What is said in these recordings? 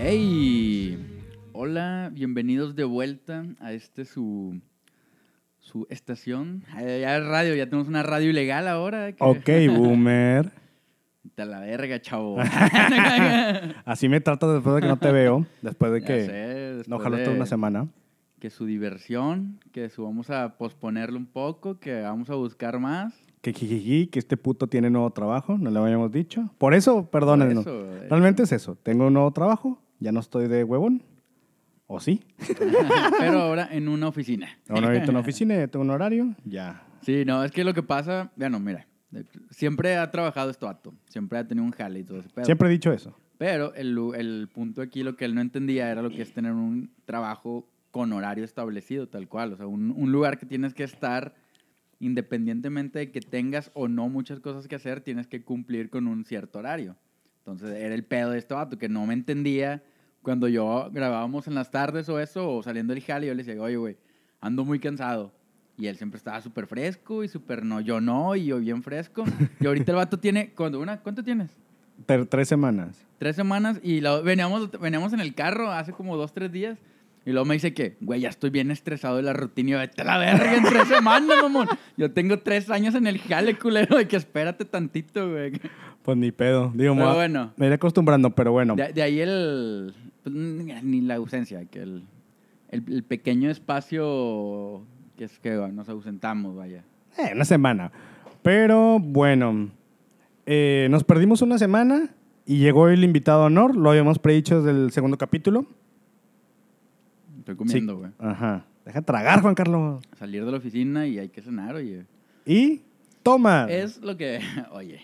¡Hey! Hola, bienvenidos de vuelta a este su, su estación. Ay, Ya es radio, ya tenemos una radio ilegal ahora. que- Ok, boomer. Vete a la verga, chavo. Así me tratas después de que no te veo, después de Ya que sé, después no jalo de- toda una semana. Que su diversión, que su vamos a posponerlo un poco, que vamos a buscar más. Que jijiji, que este puto tiene nuevo trabajo, no le habíamos dicho. Por eso, perdónenos. Por eso, eh, Realmente es eso. Tengo un nuevo trabajo, ya no estoy de huevón. ¿O sí? Pero ahora en una oficina. Ahora ahorita en la oficina, ya tengo un horario, ya. Sí, no, es que lo que pasa, bueno, mira, siempre ha trabajado esto vato, siempre ha tenido un jale y todo ese pedo. Siempre he dicho eso. Pero el, lu- el punto aquí, lo que él no entendía era lo que es tener un trabajo con horario establecido, tal cual. O sea, un, un lugar que tienes que estar, independientemente de que tengas o no muchas cosas que hacer, tienes que cumplir con un cierto horario. Entonces, era el pedo de este vato, que no me entendía cuando yo grabábamos en las tardes o eso, o saliendo del jale, yo le decía, oye, güey, ando muy cansado. Y él siempre estaba súper fresco y súper no, yo no, y yo bien fresco. Y ahorita el vato tiene, ¿cuándo- una, ¿cuánto tienes? Ter- tres semanas. Tres semanas y la- veníamos, veníamos en el carro hace como dos, tres días. Y luego me dice que, güey, ya estoy bien estresado de la rutina. Y yo, vete a la verga en tres semanas, mamón. Yo tengo tres años en el jale, culero, de que espérate tantito, güey. Pues ni pedo. Digo, Pero me- bueno. Me iré acostumbrando, pero bueno. De, de ahí el. pues, ni la ausencia, que el, el, el pequeño espacio que es que nos ausentamos, vaya. Eh, una semana. Pero bueno, eh, nos perdimos una semana y llegó el invitado a honor, lo habíamos predicho desde el segundo capítulo. Estoy Sí. comiendo, güey. Ajá. Deja de tragar, Juan Carlos. Salir de la oficina y hay que cenar, oye. Y toma. Es lo que. Oye,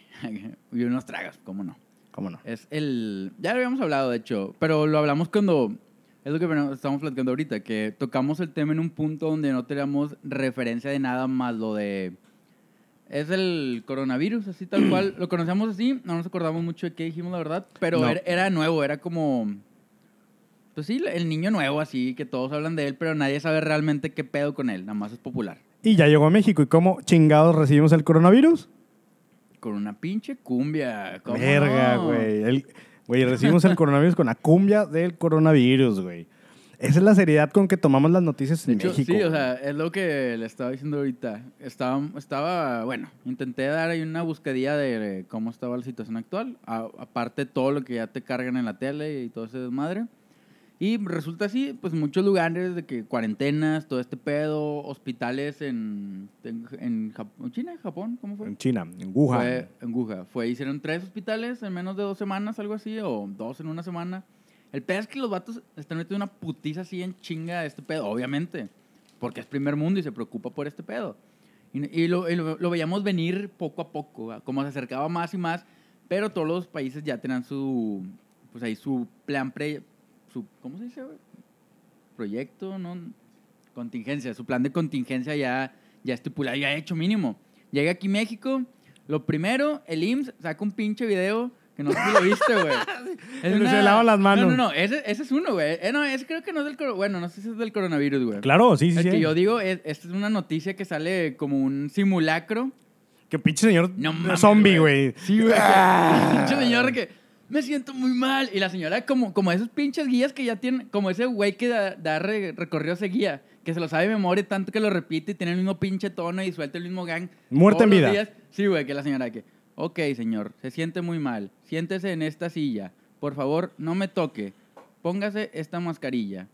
y unos tragas, ¿cómo no? ¿Cómo no? Es el. Ya lo habíamos hablado, de hecho, pero lo hablamos cuando. Es lo que ven- estamos platicando ahorita, que tocamos el tema en un punto donde no teníamos referencia de nada más lo de. Es el coronavirus, así tal cual. Lo conocemos así, no nos acordamos mucho de qué dijimos, la verdad, pero No. era, era nuevo, era como. Pues sí, el niño nuevo, así, que todos hablan de él, pero nadie sabe realmente qué pedo con él, nada más es popular. Y ya llegó a México. ¿Y cómo chingados recibimos el coronavirus? Con una pinche cumbia. ¿cómo Verga, no? güey. El- Güey, recibimos el coronavirus con la cumbia del coronavirus, güey. Esa es la seriedad con que tomamos las noticias De en hecho, México. sí, o sea, es lo que le estaba diciendo ahorita. Estaba, estaba bueno, intenté dar ahí una buscadilla de cómo estaba la situación actual, a- aparte de todo lo que ya te cargan en la tele y todo ese desmadre. Y resulta así, pues muchos lugares de que cuarentenas, todo este pedo, hospitales en, en, en Jap- China, Japón, ¿cómo fue? En China, en Wuhan. Fue en Wuhan. Fue, hicieron tres hospitales en menos de dos semanas, algo así, o dos en una semana. El pedo es que los vatos están metiendo una putiza así en chinga de este pedo, obviamente. Porque es primer mundo y se preocupa por este pedo. Y, y lo, y lo- lo veíamos venir poco a poco, ¿va? como se acercaba más y más. Pero todos los países ya tenían su, pues ahí su plan pre, su, ¿cómo se dice? güey? Proyecto, ¿no? Contingencia, su plan de contingencia ya, ya estipulado, ya hecho mínimo. Llega aquí México, lo primero, el IMSS saca un pinche video que no sé si lo viste, güey. Es Pero se lava las manos. No, no, no, ese, ese es uno, güey. Eh, no, ese creo que no es del coronavirus, bueno, no sé si es del coronavirus, güey. Claro, sí, sí, El sí. que yo digo, es, esta es una noticia que sale como un simulacro. Que pinche señor No mames, zombie, güey. Sí, güey. Ah. Pinche señora que me siento muy mal. Y la señora, como, como esos pinches guías que ya tienen, como ese güey que da, da re- recorrido ese guía, que se lo sabe de memoria tanto que lo repite y tiene el mismo pinche tono y suelta el mismo gang. Muerte en todos vida. los Sí, güey, que la señora que, ok, señor, se siente muy mal. Siéntese en esta silla. Por favor, no me toque. Póngase esta mascarilla.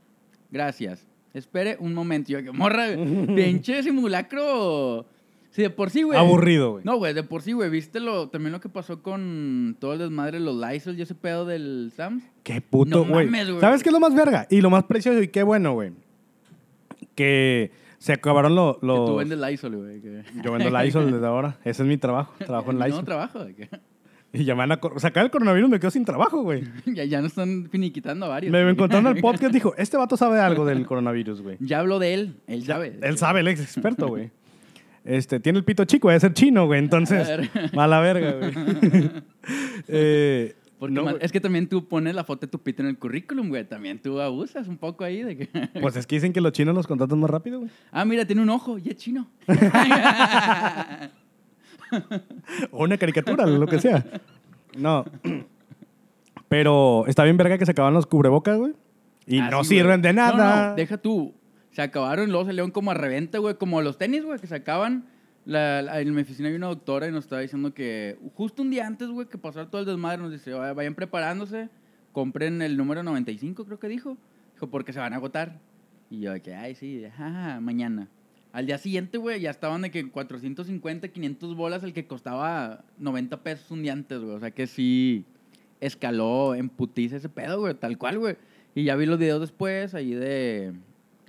Gracias. Espere un momento. Yo, que morra, pinche simulacro. Sí, de por sí, güey. Aburrido, güey. No, güey, de por sí, güey. ¿Viste lo, también lo que pasó con todo el desmadre, los Lysol y ese pedo del Sams? Qué No puto, güey. mames, güey. ¿Sabes qué es lo más verga? Y lo más precioso y qué bueno, güey. Que se acabaron los... Que tú vendes Lysol, güey. que- Yo vendo Lysol desde ahora. Ese es mi trabajo. Trabajo en No Lysol. trabajo, de que- y ya me van a... cor- Sacar el coronavirus me quedo sin trabajo, güey. ya, ya no están finiquitando a varios. Me güey. encontraron en el podcast dijo, este vato sabe algo del coronavirus, güey. Ya habló de él. Él sabe. Él sabe, él es experto, güey. Este, tiene el pito chico, debe ser chino, güey. Entonces, A ver. mala verga, güey. eh, Porque no, man- güey. es que también tú pones la foto de tu pito en el currículum, güey. También tú abusas un poco ahí de que... pues es que dicen que los chinos los contratan más rápido, güey. ah, mira, tiene un ojo y es chino. O una caricatura, lo que sea. No. Pero está bien verga que se acaban los cubrebocas, güey. Y Ah, no sí, güey. sirven de No, nada. No, deja tú. Se acabaron, luego salieron como a reventa, güey. Como los tenis, güey, que se acaban. La- la- en mi oficina había una doctora y nos estaba diciendo que justo un día antes, güey, que pasara todo el desmadre, nos dice, "Vaya- vayan preparándose, compren el número 95, creo que dijo. Dijo, porque se van a agotar. Y yo de que, ay, sí, ajá, mañana. Al día siguiente, güey, ya estaban de que 450, 500 bolas, el que costaba 90 pesos un día antes, güey. O sea que sí escaló en putiza ese pedo, güey, tal cual, güey. Y ya vi los videos después ahí de.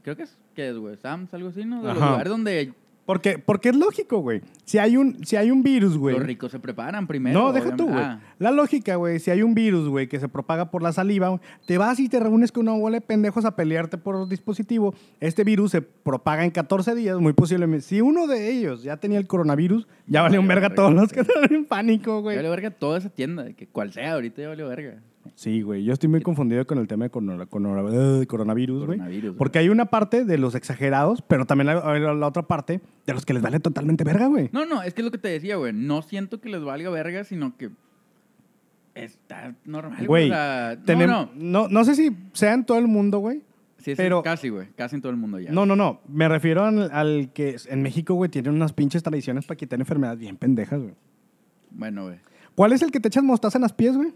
Creo que es, ¿qué es, güey? Sam's, algo así, ¿no? De los Ajá. lugares donde Porque, porque es lógico, güey. Si hay un, si hay un virus, güey. los ricos se preparan primero. No, deja obviamente. tú, güey. Ah, La lógica, güey, si hay un virus, güey, que se propaga por la saliva, güey, te vas y te reúnes con una bola de pendejos a pelearte por el dispositivo. Este virus se propaga en 14 días, muy posiblemente. Si uno de ellos ya tenía el coronavirus, ya valió un valió verga a verga, todos los sí. que están en pánico, ya vale güey. verga toda esa tienda, de que cual sea, ahorita ya vale verga. Sí, güey, yo estoy muy confundido con el tema de corona- corona- coronavirus, Pues, güey. Coronavirus, güey. Porque hay una parte de los exagerados, pero también hay- hay la, otra parte de los que les vale totalmente verga, güey. No, no, es que es lo que te decía, güey. No siento que les valga verga, sino que. Está normal, güey. Güey, o sea, no, Tenem- no, no, no sé si sea en todo el mundo, güey, Sí, es pero- casi, güey. Casi en todo el mundo ya. No, no, no. Me refiero al, al que es- en México, güey, tienen unas pinches tradiciones para quitar enfermedades bien pendejas, güey. Bueno, güey. ¿Cuál es el que te echas mostaza en los pies, güey?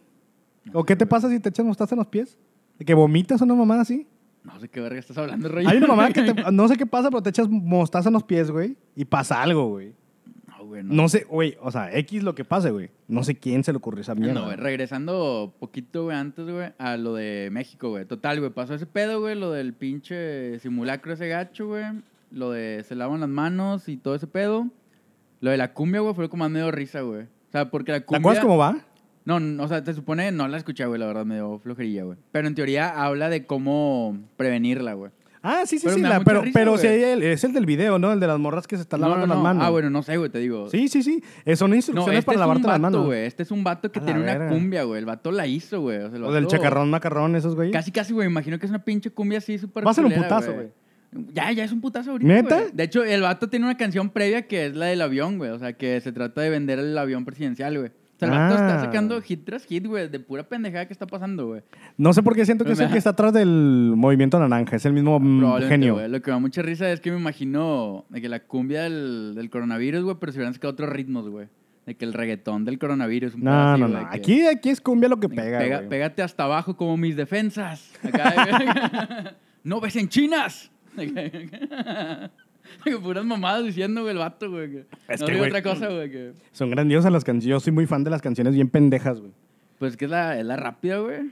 ¿O qué te pasa si te echas mostaza en los pies? ¿De ¿Que vomitas una mamada así? No sé qué verga estás hablando, rey. Hay una mamada que te- no sé qué pasa, pero te echas mostaza en los pies, güey, y pasa algo, güey. No, güey, no. No sé, güey, o sea, X lo que pase, güey. No sé quién se le ocurrió esa mierda. No, güey, regresando poquito, güey, antes, güey, a lo de México, güey. Total, güey, pasó ese pedo, güey, lo del pinche simulacro ese gacho, güey. Lo de se lavan las manos y todo ese pedo. Lo de la cumbia, güey, fue como más medio risa, güey. O sea, porque la ¿Te cumbia... acuerdas cómo va? No, no, o sea, te supone, no la escuché, güey, la verdad, me dio flojerilla, güey. Pero en teoría habla de cómo prevenirla, güey. Ah, sí, sí, Pero sí. me da la- mucha pero risa, pero güey. si hay el- es el del video, ¿no? El de las morras que se están No, lavando no, las no. manos. Ah, bueno, no sé, güey, te digo. Sí, sí, sí. Eh, Son no, instrucciones este para es lavarte un las manos. vato, güey. Este es un vato que A la tiene una verga. cumbia, güey. El vato la hizo, güey. O, sea, el O del vato- chacarrón macarrón, esos güeyes. Casi, casi, güey. Imagino que es una pinche cumbia así súper. Va a ser un culera, putazo, güey. Ya, ya es un putazo ahorita. ¿Neta? güey. De hecho, el vato tiene una canción previa que es la del avión, güey. O sea, que se trata de vender el avión presidencial, güey. O sea, el vato Ah. está sacando hit tras hit, güey, de pura pendejada que está pasando, güey. No sé por qué siento que es el que está atrás del movimiento naranja. Es el mismo mm, Probablemente, genio. güey. Lo que me da mucha risa es que me imagino de que la cumbia del, del coronavirus, güey, pero si hubieran sacado otros ritmos, güey. De que el reggaetón del coronavirus. un pedo No, así, no, no. güey, que- Aquí, aquí es cumbia lo que pega, Pega- güey. pégate hasta abajo como mis defensas. Acá, no ves en chinas. Puras mamadas diciendo, güey, el vato, güey. que Es no que, digo güey, otra cosa, güey. que- Son grandiosas las canciones. Yo soy muy fan de las canciones bien pendejas, güey. Pues que es la, es la rápida, güey.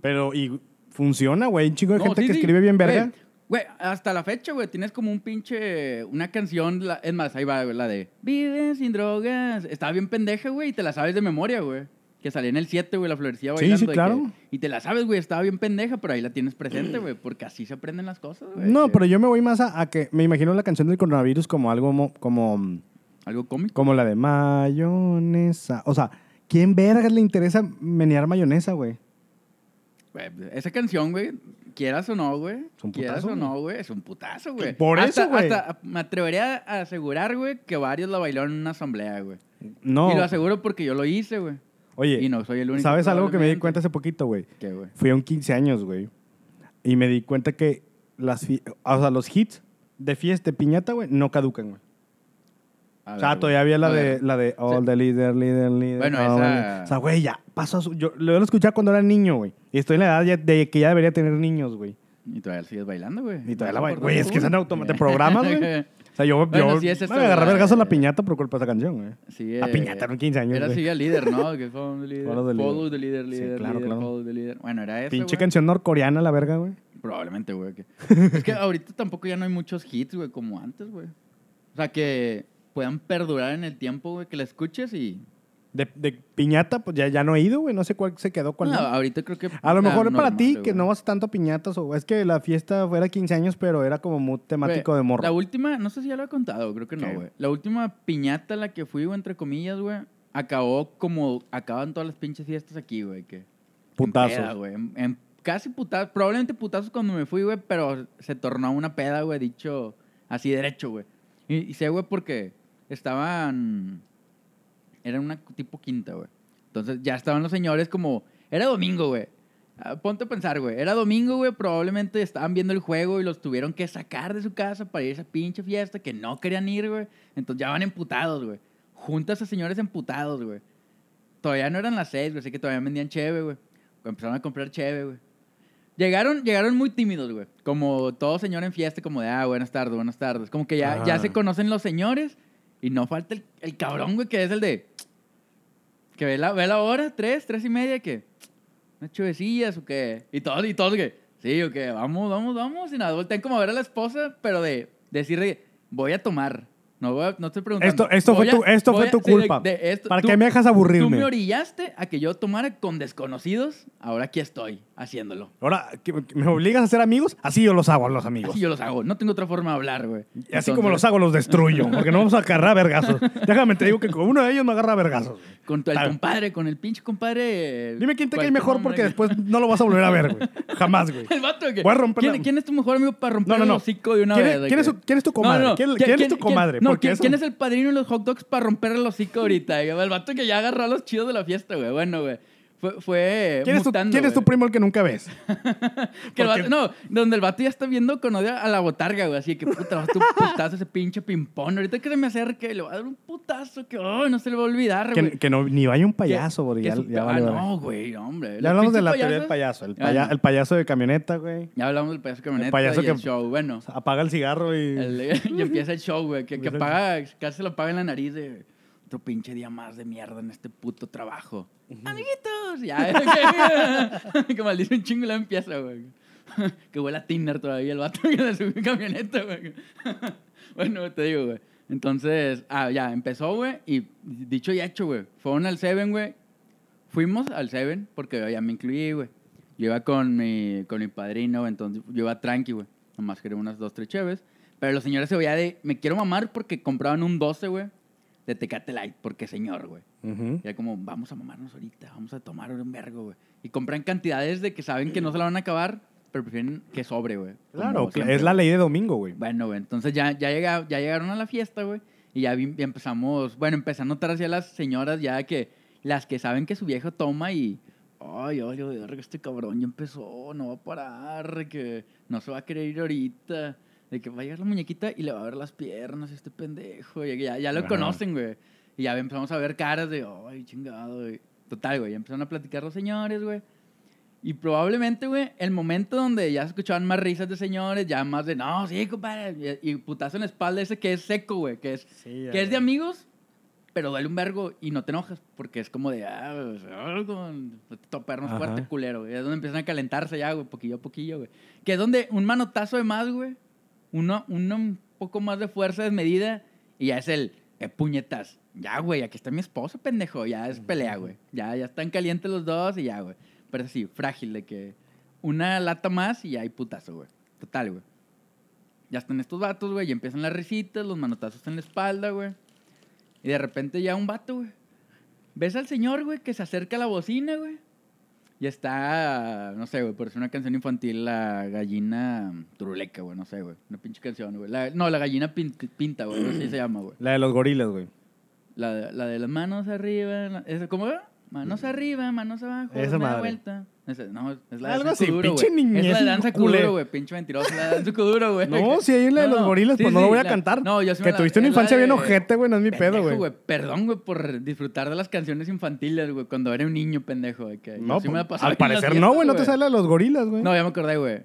Pero, y funciona, güey. Hay Un chingo de No, gente sí, que sí. escribe bien verga. Güey, Güey, hasta la fecha, güey, tienes como un pinche. Una canción, la- es más, ahí va, güey, la de. Vive sin drogas. Estaba bien pendeja, güey, y te la sabes de memoria, güey. Que salía en el 7, güey, la florecía Sí, bailando. de sí, que- claro. y te la sabes, güey, estaba bien pendeja, pero ahí la tienes presente, güey, porque así se aprenden las cosas, güey. No, que- pero yo me voy más a, a que me imagino la canción del coronavirus como algo mo- como, Algo cómico. como la de mayonesa. O sea, ¿quién vergas le interesa menear mayonesa, güey? Güey, Esa canción, güey, quieras o no, güey. Es un Quieras putazo, o no, güey, es un putazo, güey. Por Hasta- eso, güey. Hasta me atrevería a asegurar, güey, que varios la bailaron en una asamblea, güey. No. Y lo aseguro porque yo lo hice, güey. Oye, Y no soy el único. ¿sabes algo que me di probablemente. cuenta hace poquito, güey? ¿Qué, güey? Fui a un 15 años, güey. Y me di cuenta que las fi- o sea, los hits de fiesta de piñata, güey, no caducan, güey. A O ver, sea, güey. todavía la A de, ver. la de All Sí. the Leader, Leader, Leader. Bueno, all the esa- leader. O sea, güey, ya pasó. Su, yo, lo escuchaba cuando era niño, güey. Y estoy en la edad ya de que ya debería tener niños, güey. Y todavía sigues bailando, güey. Y todavía la Vas a bailo. cortar Güey, es que tú. son automáticos. Te programas, güey. O sea, yo, Bueno, yo sí, es esa me agarré la- vergas a la piñata por culpa de esa canción, güey. Sí, La eh, piñata eran 15 años, Era güey. así el líder, ¿no? Que follow the líder. Follow the Follow leader. the líder, Sí, líder, claro, líder, claro. follow the leader. Bueno, era eso. Pinche güey. canción norcoreana, la verga, güey. Probablemente, güey. que- Es que ahorita tampoco ya no hay muchos hits, güey, como antes, güey. O sea, que puedan perdurar en el tiempo, güey, que la escuches y... De, de piñata, pues ya, ya no he ido, güey. No sé cuál se quedó, cuál No, ah, no. ahorita creo que... A lo está mejor es para ti, normal, que güey. no vas tanto a piñatas, o es que la fiesta fuera 15 años, pero era como muy temático Güey, de morro. La última, no sé si ya lo he contado, creo que no, ¿Qué? güey. La última piñata a la que fui, güey, entre comillas, güey, acabó como acaban todas las pinches fiestas aquí, güey. Que, en Putazos. peda, güey. En, en casi putazos, probablemente putazos cuando me fui, güey, pero se tornó una peda, güey, dicho así derecho, güey. Y, y sé, güey, porque estaban... Era una tipo quinta, güey. Entonces ya estaban los señores como Era domingo, güey. Ah, Ponte a pensar, güey. Era domingo, güey. Probablemente estaban viendo el juego y los tuvieron que sacar de su casa para ir a esa pinche fiesta que no querían ir, güey. Entonces ya van emputados, güey. Juntas a señores emputados, güey. Todavía no eran las seis, güey. Así que todavía vendían cheve, güey. Empezaron a comprar cheve, güey. Llegaron, llegaron muy tímidos, güey. Como todo señor en fiesta, como de, ah, buenas tardes, buenas tardes. Como que ya, ya Ajá. se conocen los señores y no falta el, el cabrón, güey, que es el de... Que ve la, ve la hora, tres, tres y media, que... ¿Unas chuvecillas o qué? Y todos, y todos, que... Sí, o qué, vamos, vamos, vamos. Y nada, voltean como a ver a la esposa, pero de decirle, voy a tomar. No, voy a- no estoy preguntando. Esto- esto fue Voy tu- esto voy fue tu sí, de- culpa. de esto- ¿Para Eh, tú- qué me dejas Tú aburrirme? me orillaste a que yo tomara con desconocidos. Ahora aquí estoy haciéndolo. Ahora, ¿que- que ¿me obligas a ser amigos? Así yo los hago a los amigos. Así Y yo los hago. No tengo otra forma de hablar, güey. así como los hago, los destruyo. Porque no vamos a agarrar vergazos. Déjame te digo que con uno de ellos me agarra vergazos. Con tu- el Ah. compadre, con el pinche compadre. eh, Dime quién te cae cualquier mejor nombre porque que- después no lo vas a volver a ver, güey. Jamás, güey. El vato que. Voy a romper ¿Quién, la- quién es tu mejor amigo para romper No, no, el no. hocico de una ¿Quién vez? es- de quién es que- su- quién es tu comadre? ¿Quién- quién es tu comadre? no, Porque ¿quién, eso- quién es el padrino de los hot dogs para romper los hocico ahorita? El vato que ya agarró a los chidos de la fiesta, güey. Bueno, güey. Fue, fue ¿Quién, es tu, mutando, quién es tu güey. primo el que nunca ves? Que el Porque- vato- no, donde el vato ya está viendo con odio a la botarga, güey. Así que puta, vas tú putazo ese pinche pimpón. Ahorita que se me acerque, le va a dar un putazo que oh, no se le va a olvidar, güey. Que, que no, ni vaya un Que- payaso, güey. que Ya, su- ya ah, vale, vale. no, güey, hombre. Ya Los hablamos de pinches la teoría payasos- del payaso. El, Ah, paya- no. el payaso de camioneta, güey. Ya hablamos del payaso camioneta payaso y que- el show, bueno. Apaga el cigarro y... el- y empieza el show, güey, que, que Empieza el- apaga, casi se lo apaga en la nariz de otro pinche día más de mierda en este puto trabajo. ¡Amiguitos! Ya, que, que maldice un chingo y la empieza, güey. que huele a Tinder todavía el vato que le subió camioneta, güey. bueno, te digo, güey. Entonces, ah, ya, empezó, güey, y dicho y hecho, güey. Fueron al Seven, güey. Fuimos al Seven porque ya me incluí, güey. Yo iba con mi, con mi padrino, güey, entonces yo iba tranqui, güey. Nomás quería unas dos, tres cheves. Pero los señores se veía de, me quiero mamar porque compraban un 12, güey, de Tecate Light, porque señor, güey. Ujú. Ya como, vamos a mamarnos ahorita, vamos a tomar un vergo, güey. Y compran cantidades de que saben que no se la van a acabar, pero prefieren que sobre, güey. Claro, Como cla- siempre, es la güey. ley de domingo, güey. Bueno, güey, entonces ya, ya, llega- ya llegaron a la fiesta, güey. Y ya, vi- ya empezamos, bueno, empecé a notar hacia las señoras ya que las que saben que su viejo toma y... Ay, ay, ay, verga, este cabrón ya empezó, no va a parar, que no se va a querer ir ahorita. De que va a llegar la muñequita y le va a ver las piernas a este pendejo. Y ya, ya lo Ajá. conocen, güey. Y ya empezamos a ver caras de, ay, chingado, güey. Total, güey, ya empezaron a platicar los señores, güey. Y probablemente, güey, el momento donde ya se escuchaban más risas de señores, ya más de, no, sí, compadre. Y, y putazo en la espalda ese que es seco, güey, que es, que es de amigos, pero duele un vergo y no te enojas, porque es como de, ah, pues, ah, como, no te toparnos Ajá. fuerte, culero. güey. Es donde empiezan a calentarse ya, güey, poquillo a poquillo, güey. Que es donde un manotazo de más, güey, uno, uno un poco más de fuerza desmedida y ya es el, eh, puñetas. Ya, güey, aquí está mi esposo, pendejo. Ya es pelea, güey. Ya, ya están calientes los dos y ya, güey. Pero es así, frágil, de que una lata más y ya hay putazo, güey. Total, güey. Ya están estos vatos, güey, y empiezan las risitas, los manotazos en la espalda, güey. Y de repente ya un vato, güey. Ves al señor, güey, que se acerca a la bocina, güey. Y está, no sé, güey, por una canción infantil, la gallina turuleca, güey, no sé, güey. Una pinche canción, güey. La- no, la gallina pin- pinta, güey, así se llama, güey. La de los gorilas, güey. La, de- la de las manos arriba. la- esa- ¿Cómo va? Manos arriba, manos abajo. Mm. Esa una madre. vuelta. Esa- no, es la de Algo danza así, kuduro, pinche güey. Es la niñez de danza culé. kuduro, güey. Pinche mentiroso. La de danza kuduro, güey. No, si hay la de los gorilas, pues no lo voy a cantar. No, yo sí me que la- tuviste una es la infancia bien de- ojete, güey, no es mi pedo, Pendejo, güey. Perdón, güey, por disfrutar de las canciones infantiles, güey, cuando era un niño pendejo. güey, que yo No, sí me la pues, pasaba al en las parecer no, güey, no te fiestas, sale la de los gorilas, güey. No, ya me acordé, güey.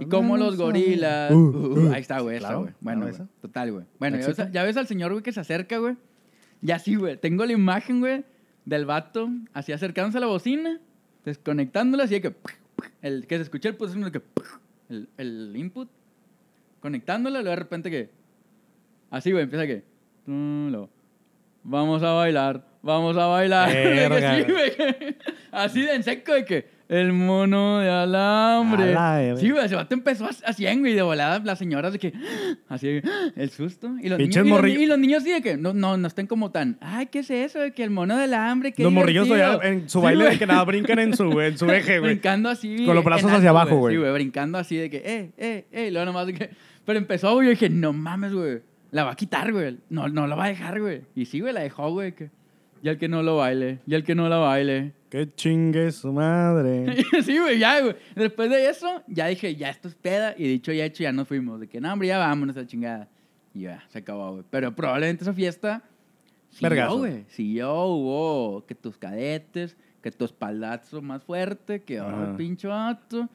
Y No, como no, los no, gorilas. no. Uh, Uh, uh, uh. ahí está, güey. Sí, esa, claro, güey. Bueno, claro, güey, esa. total, güey. Bueno, ya ves, Éxito. ya ves al señor, güey, que se acerca, güey. Y así, güey. Tengo la imagen, güey, del vato, así acercándose a la bocina, desconectándola, así de que. El, que se escucha el pues es que. El, el input. Conectándola, luego de repente que. Así, güey, empieza que. mm, luego, Vamos a bailar, vamos a bailar. Verga, Sí, güey. Así de en seco de que. El mono de alambre. A la verga. Sí, güey, ese vato empezó a- así, güey, de volada las señoras de que. Así, de que, el susto. Y los, niños, Pinches y, los, morri- ni- y los niños así de que. No, no, no estén como tan. Ay, ¿qué es eso? De que el mono del hambre. qué Los morrillos divertido". todavía en su Sí, baile de güey. que nada brincan en su, en su eje, güey. Brincando así. Con los en brazos alto, hacia abajo, güey. Sí, güey, brincando así de que, eh, eh, eh. Y luego nomás de que. Pero empezó, güey. Yo dije, no mames, güey. La va a quitar, güey. No, no la va a dejar, güey. Y sí, güey, la dejó, güey. que- Y al que no lo baile, y al que no la baile. Que chingue su madre. sí, güey, ya, güey. Después de eso, ya dije, ya esto es peda. Y dicho y hecho, ya nos fuimos. De que, no, hombre, ya vámonos a la chingada. Y ya, se acabó, güey. Pero probablemente esa fiesta. Vergazo. Siguió, güey. Siguió, hubo que tus cadetes, que tu espaldazo más fuerte, que oh, Ajá. el pincho vato.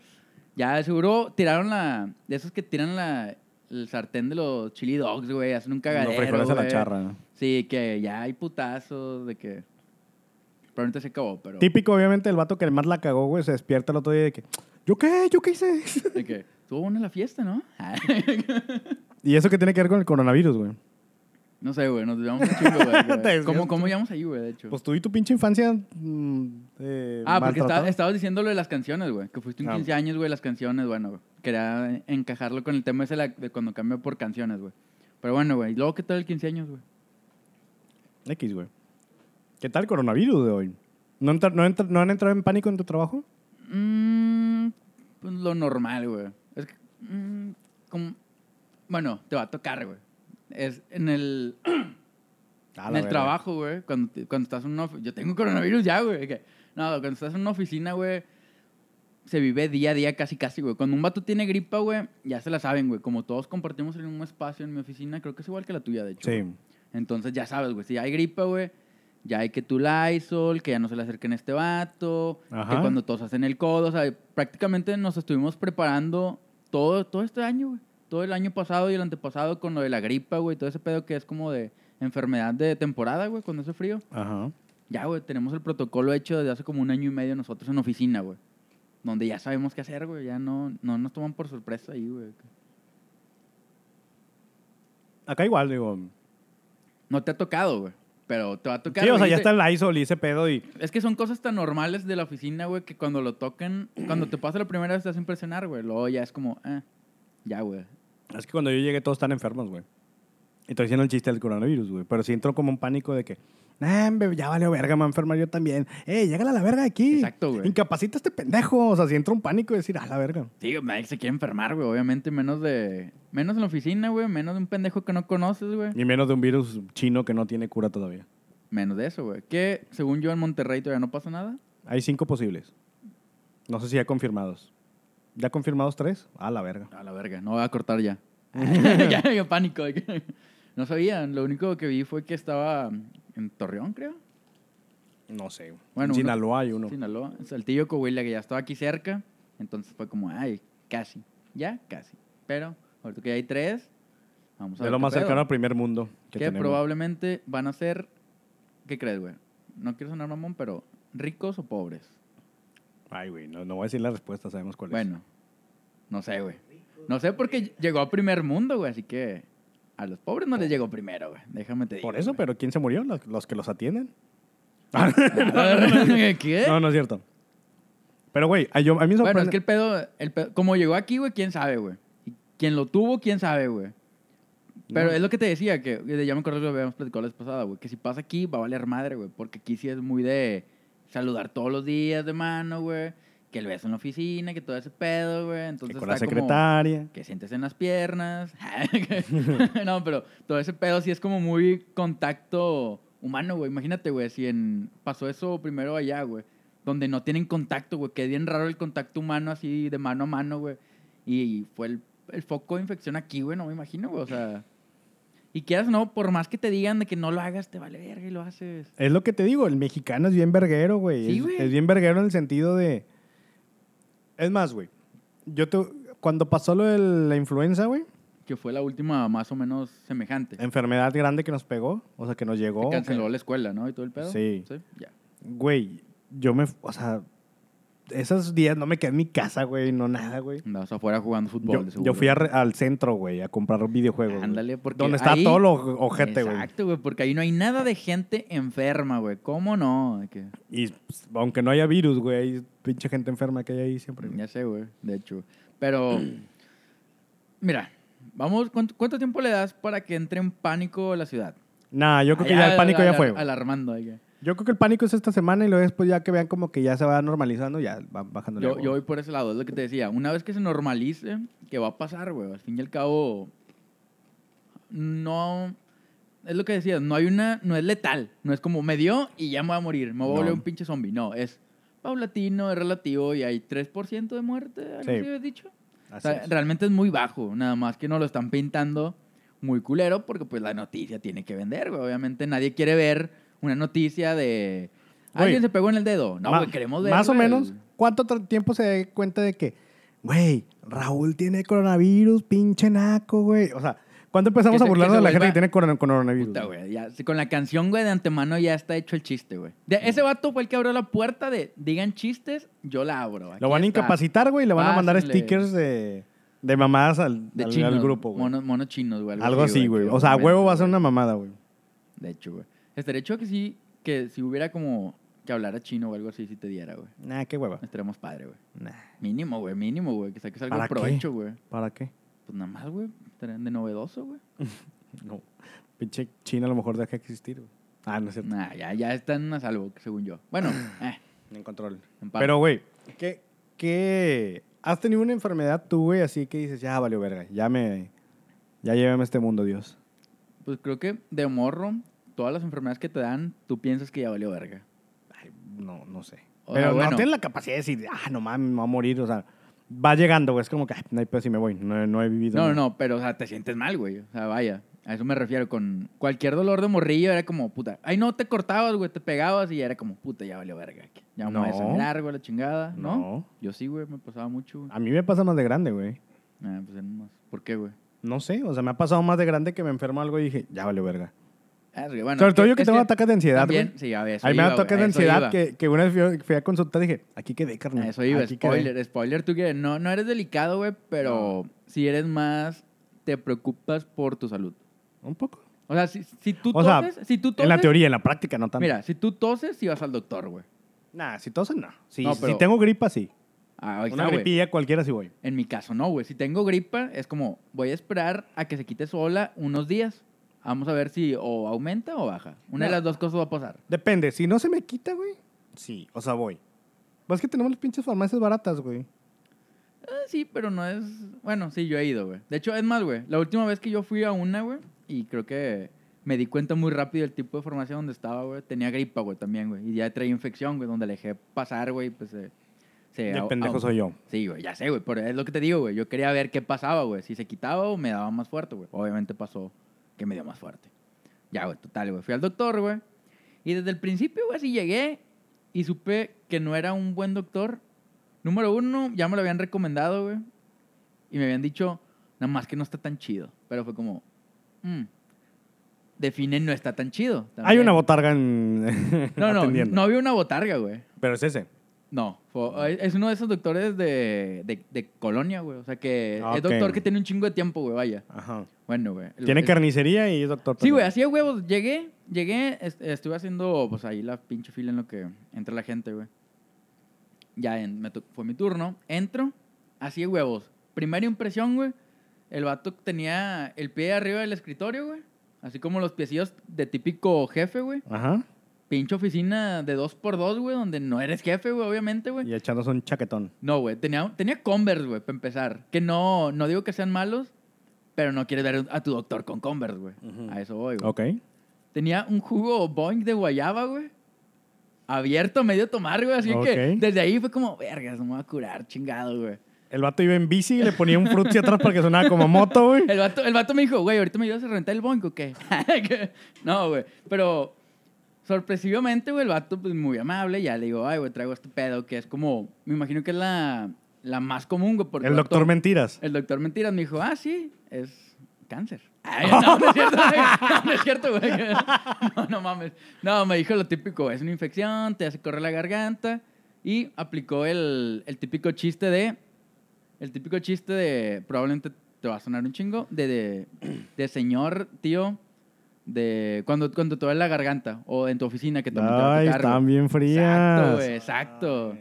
Ya, seguro tiraron la. De esos que tiran la. El sartén de los chili dogs, güey. Hacen un cagadero. Los frijoles a la güey. charra. Sí, que ya hay putazos, de que. Probablemente se acabó, pero. Típico, obviamente, el vato que más la cagó, güey, se despierta el otro día de que, ¿yo qué? ¿Yo qué hice? De que. Estuvo buena la fiesta, ¿no? y eso que tiene que ver con el coronavirus, güey. no sé, güey, nos llevamos un chingo, güey, Te güey. desviaste. ¿Cómo, ¿Cómo llegamos ahí, güey, de hecho? Pues tú y tu pinche infancia. mm, eh, ah, porque maltratada. estaba- estabas diciendo lo de las canciones, güey. Que fuiste un Ah. 15 años, güey, las canciones, bueno, quería encajarlo con el tema ese de la- de cuando cambió por canciones, güey. Pero bueno, güey, ¿y luego qué tal el 15 años, güey? X, güey. ¿Qué tal el coronavirus de hoy? ¿No, entra- no, entra- ¿No han entrado en pánico en tu trabajo? Mm, pues lo normal, güey. Es que, mm, como- Bueno, te va a tocar, güey. Es en el, Ah, la en el verga. trabajo, güey. Cuando, te- cuando estás en una oficina. Yo tengo coronavirus ya, güey. que- No, cuando estás en una oficina, güey. Se vive día a día casi, casi, güey. Cuando un vato tiene gripa, güey, ya se la saben, güey. Como todos compartimos el mismo espacio en mi oficina, creo que es igual que la tuya, de hecho. Sí. Entonces ya sabes, güey, si hay gripa, güey, ya hay que tu Lysol, que ya no se le acerquen a este vato, Ajá. que cuando todos hacen el codo, o sea, prácticamente nos estuvimos preparando todo, todo este año, güey. Todo el año pasado y el antepasado con lo de la gripa, güey, todo ese pedo que es como de enfermedad de temporada, güey, cuando hace frío. Ajá. Ya, güey, tenemos el protocolo hecho desde hace como un año y medio nosotros en oficina, güey. Donde ya sabemos qué hacer, güey, ya no, no nos toman por sorpresa ahí, güey. Acá igual, digo. No te ha tocado, güey, pero te va a tocar. sí, o güey, sea, y ya te- está el ISOL y ese pedo y. Es que son cosas tan normales de la oficina, güey, que cuando lo tocan, cuando te pasa la primera vez te hace impresionar, güey. Luego ya es como, eh, ya, güey. Es que cuando yo llegué todos están enfermos, güey. Y estoy haciendo el chiste del coronavirus, güey. Pero sí entró como un pánico de que, nah, hombre, ya valió verga, me voy a enfermar yo también. Eh, llégale a la verga de aquí. Exacto, güey. Incapacita a este pendejo. O sea, si entra un pánico de decir, ah, la verga. Digo, nadie se quiere enfermar, güey, obviamente, menos de. Menos en la oficina, güey, menos de un pendejo que no conoces, güey. Y menos de un virus chino que no tiene cura todavía. Menos de eso, güey. Que según yo en Monterrey todavía no pasa nada. Hay cinco posibles. No sé si ya confirmados. ¿Ya confirmados tres? Ah, la verga. A la verga, no voy a cortar ya. ya, yo pánico. de que- No sabía, lo único que vi fue que estaba en Torreón, creo. No sé. Bueno, en Sinaloa hay uno. Sinaloa, Saltillo, Coahuila, que ya estaba aquí cerca. Entonces fue como, ay, casi. Ya, casi. Pero ahorita que ya hay tres, vamos a Es ver lo qué más pedo. cercano al primer mundo que, Que tenemos. probablemente van a ser, ¿qué crees, güey? No quiero sonar mamón, pero ¿ricos o pobres? Ay, güey, no, no voy a decir la respuesta, sabemos cuál es. Bueno, no sé, güey. No sé porque llegó a primer mundo, güey, así que a los pobres no les llegó primero, güey. Déjame te digo. Por eso, güey. pero ¿quién se murió? ¿Los, los que los atienden? ¿Qué? No, no es cierto. Pero, güey, a, yo- a mí me ¿Eh? Bueno, es sorprende. que el pedo, el pedo- como llegó aquí, güey, quién sabe, güey. Y Quien lo tuvo, quién sabe, güey. Pero No. es lo que te decía, que que ya me acuerdo que lo habíamos platicado la vez pasada, güey. Que si pasa aquí, va a valer madre, güey. Porque aquí sí es muy de saludar todos los días de mano, güey. Que el beso en la oficina, que todo ese pedo, güey. Entonces que con la está como secretaria. que sientes en las piernas. no, pero todo ese pedo sí es como muy contacto humano, güey. Imagínate, güey, si en, pasó eso primero allá, güey. Donde no tienen contacto, güey. Que es bien raro el contacto humano así de mano a mano, güey. Y fue el, el foco de infección aquí, güey. No me imagino, güey. O sea... Y quieras o no, por más que te digan de que no lo hagas, te vale verga y lo haces. Es lo que te digo, el mexicano es bien verguero, güey. Sí, es, güey. es bien verguero en el sentido de. Es más, güey. Yo te. Cuando pasó lo de la influenza, güey, Que fue la última más o menos semejante. la enfermedad grande que nos pegó, o sea, que nos llegó. Se que- canceló la escuela, ¿no? Y todo el pedo. Sí. Ya. Güey, yo me. O sea, esos días no me quedé en mi casa, güey, no nada, güey. Andabas afuera jugando fútbol, Yo, de yo seguro. fui a re- al centro, güey, a comprar videojuegos. güey. Ándale, porque Donde está ahí- todo lo ojete, güey. Exacto, güey, porque ahí no hay nada de gente enferma, güey. ¿Cómo no? De que- Y pues, aunque no haya virus, güey, hay pinche gente enferma que hay ahí siempre. güey. Ya sé, güey, de hecho. Pero, mira, vamos, ¿cuánto, cuánto tiempo le das para que entre en pánico la ciudad? Nah, yo creo que Allá ya el pánico al- ya al- fue. güey. Alarmando. de que- Yo creo que el pánico es esta semana y luego después ya que vean como que ya se va normalizando, ya va bajando. Yo, yo voy por ese lado, es lo que te decía. Una vez que se normalice, ¿qué va a pasar, güey? Al fin y al cabo, no... es lo que decías, no hay una, no es letal, no es como me dio y ya me voy a morir, me voy a No. volver un pinche zombie, no, es paulatino, es relativo y hay 3% de muerte, algo Sí. así habías dicho. O Así sea, es. realmente es muy bajo, nada más que no lo están pintando muy culero porque pues la noticia tiene que vender, güey. Obviamente nadie quiere ver una noticia de Güey, alguien se pegó en el dedo. No, Ma- güey, queremos ver. Más o güey, menos, el- ¿cuánto tra- tiempo se da cuenta de que, güey, Raúl tiene coronavirus, pinche naco, güey? O sea, ¿cuándo empezamos Que a se- burlarnos que se de la gente vuelva- que tiene corona- coronavirus? Puta, güey? güey. ya, si con la canción, güey, de antemano ya está hecho el chiste, güey. De- Ese vato fue el que abrió la puerta de digan chistes, yo la abro. Lo van incapacitar a incapacitar, güey, y le van a mandar Pásenle. stickers de, de mamadas al, de al- al chinos, grupo, güey. Monos, monos chinos, güey. Algo así, güey. que O sea, a huevo obviamente, va a ser güey. una mamada, güey. De hecho, güey. Estaría hecho que sí, que si hubiera como que hablara chino o algo así, si te diera, güey. Nah, qué hueva. Estaríamos padre, güey. Nah, Mínimo, güey, mínimo, güey. Que saques algo de ¿Para qué? provecho, güey. ¿para qué? Pues nada más, güey. Estarían De novedoso, güey. No. Pinche China a lo mejor deja de existir, güey. Ah, no es cierto. Nah, ya, ya están a salvo, según yo. Bueno, eh, En control. en parte. Pero, güey, ¿qué, ¿qué? ¿Has tenido una enfermedad tú, güey, así que dices, ya valió verga, ya me... Ya llévame a este mundo, Dios. Pues creo que de morro, todas las enfermedades que te dan, tú piensas que ya valió verga. Ay, no, no sé. O sea, Pero bueno. no tienes la capacidad de decir, ah, no mames, me voy a morir, o sea... Va llegando, güey, es como que, "Ay, no hay pedo si me voy, no, no he vivido. No, no, nada". no, pero, o sea, te sientes mal, güey. O sea, vaya. A eso me refiero. Con cualquier dolor de morrillo era como, puta. Ay, no, te cortabas, güey, te pegabas y era como, puta, ya valió verga. Ya me voy a No. sangrar, güey, la chingada. No. No. Yo sí, güey, me pasaba mucho, güey. A mí me pasa más de grande, güey. Ah, pues, ya nomás. ¿Por qué, güey? No sé, o sea, me ha pasado más de grande que me enfermo algo y dije, ya valió verga. Ah, sí, bueno, Sobre es todo yo que es tengo ataques de ansiedad, también- güey. Sí, a ver, eso Ahí me iba, da ataques güey, de a eso ansiedad iba. que, que una vez fui, fui a consultar y dije, aquí quedé, A carnal. Eso iba, aquí quedé". spoiler, spoiler, tú que no, no eres delicado, güey, pero si eres más, te preocupas por tu salud. Un poco. O sea, si, si tú O sea, toses, si tú toses, En la teoría, en la práctica, no tanto. mira, si tú toses, si vas al doctor, güey. Nah, si tosen, no. Si, No, pero- si tengo gripa, sí. Ah, ahí está, Una güey. gripilla cualquiera, sí voy. En mi caso, no, güey. Si tengo gripa, es como, voy a esperar a que se quite sola unos días. Vamos a ver si o aumenta o baja. Una de No. las dos cosas va a pasar. Depende, si no se me quita, güey. Sí, o sea, voy. Pues es que tenemos las pinches farmacias baratas, güey. Ah, sí, pero no es. Bueno, sí, yo he ido, güey. De hecho, es más, güey. La última vez que yo fui a una, güey, y creo que me di cuenta muy rápido del tipo de farmacia donde estaba, güey. Tenía gripa, güey, también, güey. Y ya traía infección, güey, donde la dejé pasar, güey, pues se. se De au- pendejo au- soy yo. Sí, güey, ya sé, güey. Pero es lo que te digo, güey. Yo quería ver qué pasaba, güey. Si se quitaba o me daba más fuerte, güey. Obviamente pasó que me dio más fuerte. Ya, güey, total, güey. Fui al doctor, güey. Y desde el principio, güey, sí llegué y supe que no era un buen doctor. Número uno, ya me lo habían recomendado, güey. Y me habían dicho, nada más que no está tan chido. Pero fue como, mm, define no está tan chido. Hay también. una botarga en... No, no, atendiendo. no había una botarga, güey. Pero es ese. No, fue- es uno de esos doctores de, de- de colonia, güey. O sea que Ah, es ok. doctor que tiene un chingo de tiempo, güey, vaya. Ajá. Bueno, güey. el- Tiene el- carnicería y es doctor. Sí, güey, también. así de huevos. Llegué, llegué, est- estuve haciendo, pues ahí la pinche fila en lo que entra la gente, güey. Ya en- me to- fue mi turno, entro, así de huevos. Primera impresión, güey. El vato tenía el pie arriba del escritorio, güey. Así como los piecillos de típico jefe, güey. Ajá. Pinche oficina de dos por dos, güey, donde no eres jefe, güey, obviamente, güey. Y echándose un chaquetón. No, güey. Tenía, tenía Converse, güey, para empezar. Que no, no digo que sean malos, pero no quieres ver a tu doctor con Converse, güey. Ujú. A eso voy, güey. Ok. Tenía un jugo Boing de guayaba, güey. Abierto, medio tomar, güey. Así que Ok. desde ahí fue como, vergas, no me va a curar, chingado, güey. El vato iba en bici y le ponía un frutzi atrás para que sonara como moto, güey. El vato, el vato me dijo, güey, ahorita me ayudas a rentar el Boing, ¿o qué? Que- no, güey. Pero sorpresivamente, güey, el vato, pues muy amable. Ya le digo, ay, güey, traigo este pedo que es como, me imagino que es la, la más común, güey. porque El vato- doctor mentiras. El doctor Mentiras me dijo, ah, sí, es cáncer. Ay, no, no es cierto, güey. No, no es cierto, güey. No, no mames. No, me dijo lo típico, es una infección, te hace correr la garganta. Y aplicó el, el típico chiste de, el típico chiste de, probablemente te va a sonar un chingo, de, de, de señor, tío, de cuando, cuando te duele la garganta o en tu oficina que te aumentaba tu Ay, cargo. están bien Exacto, frías. güey, exacto.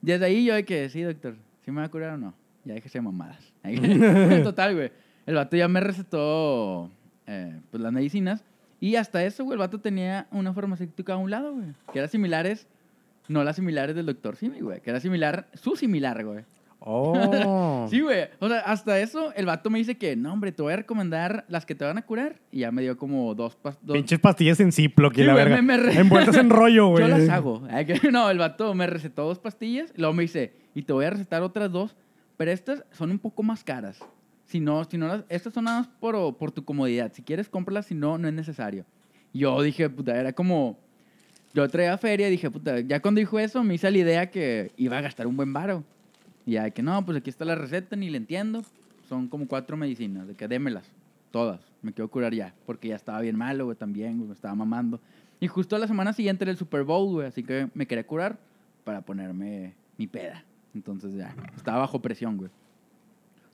Desde ahí yo de que, sí, doctor, ¿sí me va a curar o no? Ya déjese de mamadas. Total, güey. El vato ya me recetó eh, pues, las medicinas. Y hasta eso, güey, el vato tenía una farmacéutica a un lado, güey. Que eran similares, no las similares del doctor Simi, güey. Que era similar, su similar, güey. Oh. Sí, güey. O sea, hasta eso, el vato me dice que, no, hombre, te voy a recomendar las que te van a curar. Y ya me dio como dos... pas- dos- Pinches pastillas en Ziploc y Sí, la güey, me- verga. me re- Envueltas en rollo, güey. Yo las hago. Ay, que- No, el vato me recetó dos pastillas. y Luego me dice, y te voy a recetar otras dos. Pero estas son un poco más caras. Si no, si no las, estas son nada más por, por tu comodidad. Si quieres, cómpralas. Si no, no es necesario. Yo dije, puta, era como... Yo traía feria y dije, puta, ya cuando dijo eso me hice la idea que iba a gastar un buen varo. Y ya de que no, pues aquí está la receta, ni le entiendo. Son como cuatro medicinas, de que démelas, todas. Me quiero curar ya, porque ya estaba bien malo, güey, también, güey, me estaba mamando. Y justo a la semana siguiente era el Super Bowl, güey, así que me quería curar para ponerme mi peda. Entonces ya, estaba bajo presión, güey.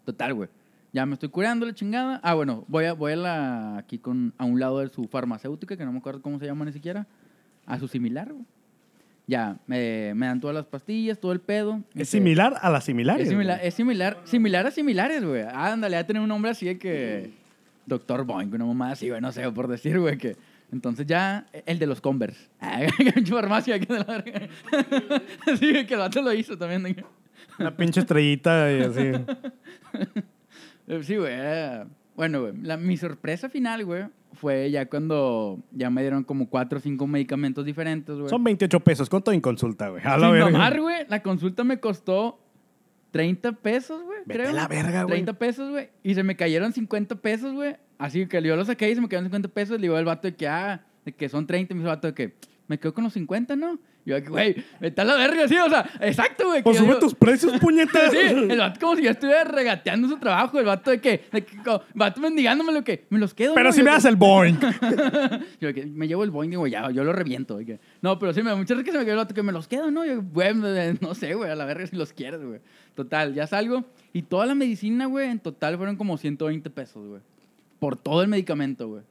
Total, güey. Ya me estoy curando la chingada. Ah, bueno, voy a, voy a la, aquí con, a un lado de su farmacéutica, que no me acuerdo cómo se llama ni siquiera, a su similar, güey. Ya, me, me dan todas las pastillas, todo el pedo. Es Este, similar a las similares. es similar, güey. es similar, similar a similares, güey. Ándale, a tener un nombre así de que. Doctor Boing, una mamá así, güey, no sé, por decir, güey, que. Entonces ya, el de los Converse. Ah, pinche farmacia, que de la verga. Sí, güey, que el vato lo hizo también. Una pinche estrellita y así. Eh, Sí, güey. era- Bueno, güey, la- mi sorpresa final, güey, fue ya cuando ya me dieron como cuatro o cinco medicamentos diferentes, güey. Son 28 pesos con todo en consulta, güey. A la Sin verga. mamar, güey, la consulta me costó 30 pesos, güey. Vete creo. a la verga, Ah, güey. 30 pesos, güey. Y se me cayeron 50 pesos, güey. Así que yo lo saqué y se me cayeron 50 pesos. Le digo al vato de que, ah, de que son 30. Y me dice el vato de que, me quedo con los 50, ¿no? Y yo, de que, güey, vete a la verga, sí, o sea, exacto, güey. que Pues yo sube digo- tus precios, puñetas. Sí, el vato como si yo estuviera regateando su trabajo. El vato de que, de que co- vato mendigándome lo que, me los quedo. Pero ¿no? si Yo me que- das el boing. yo que me llevo el Boeing, digo, ya, yo lo reviento. de que- no, pero sí, me da mucha risa que se me quedó el vato que me los quedo, ¿no? Yo, güey, me- no sé, güey, a la verga si los quieres, güey. Total, ya salgo. Y toda la medicina, güey, en total fueron como 120 pesos, güey. Por todo el medicamento, güey.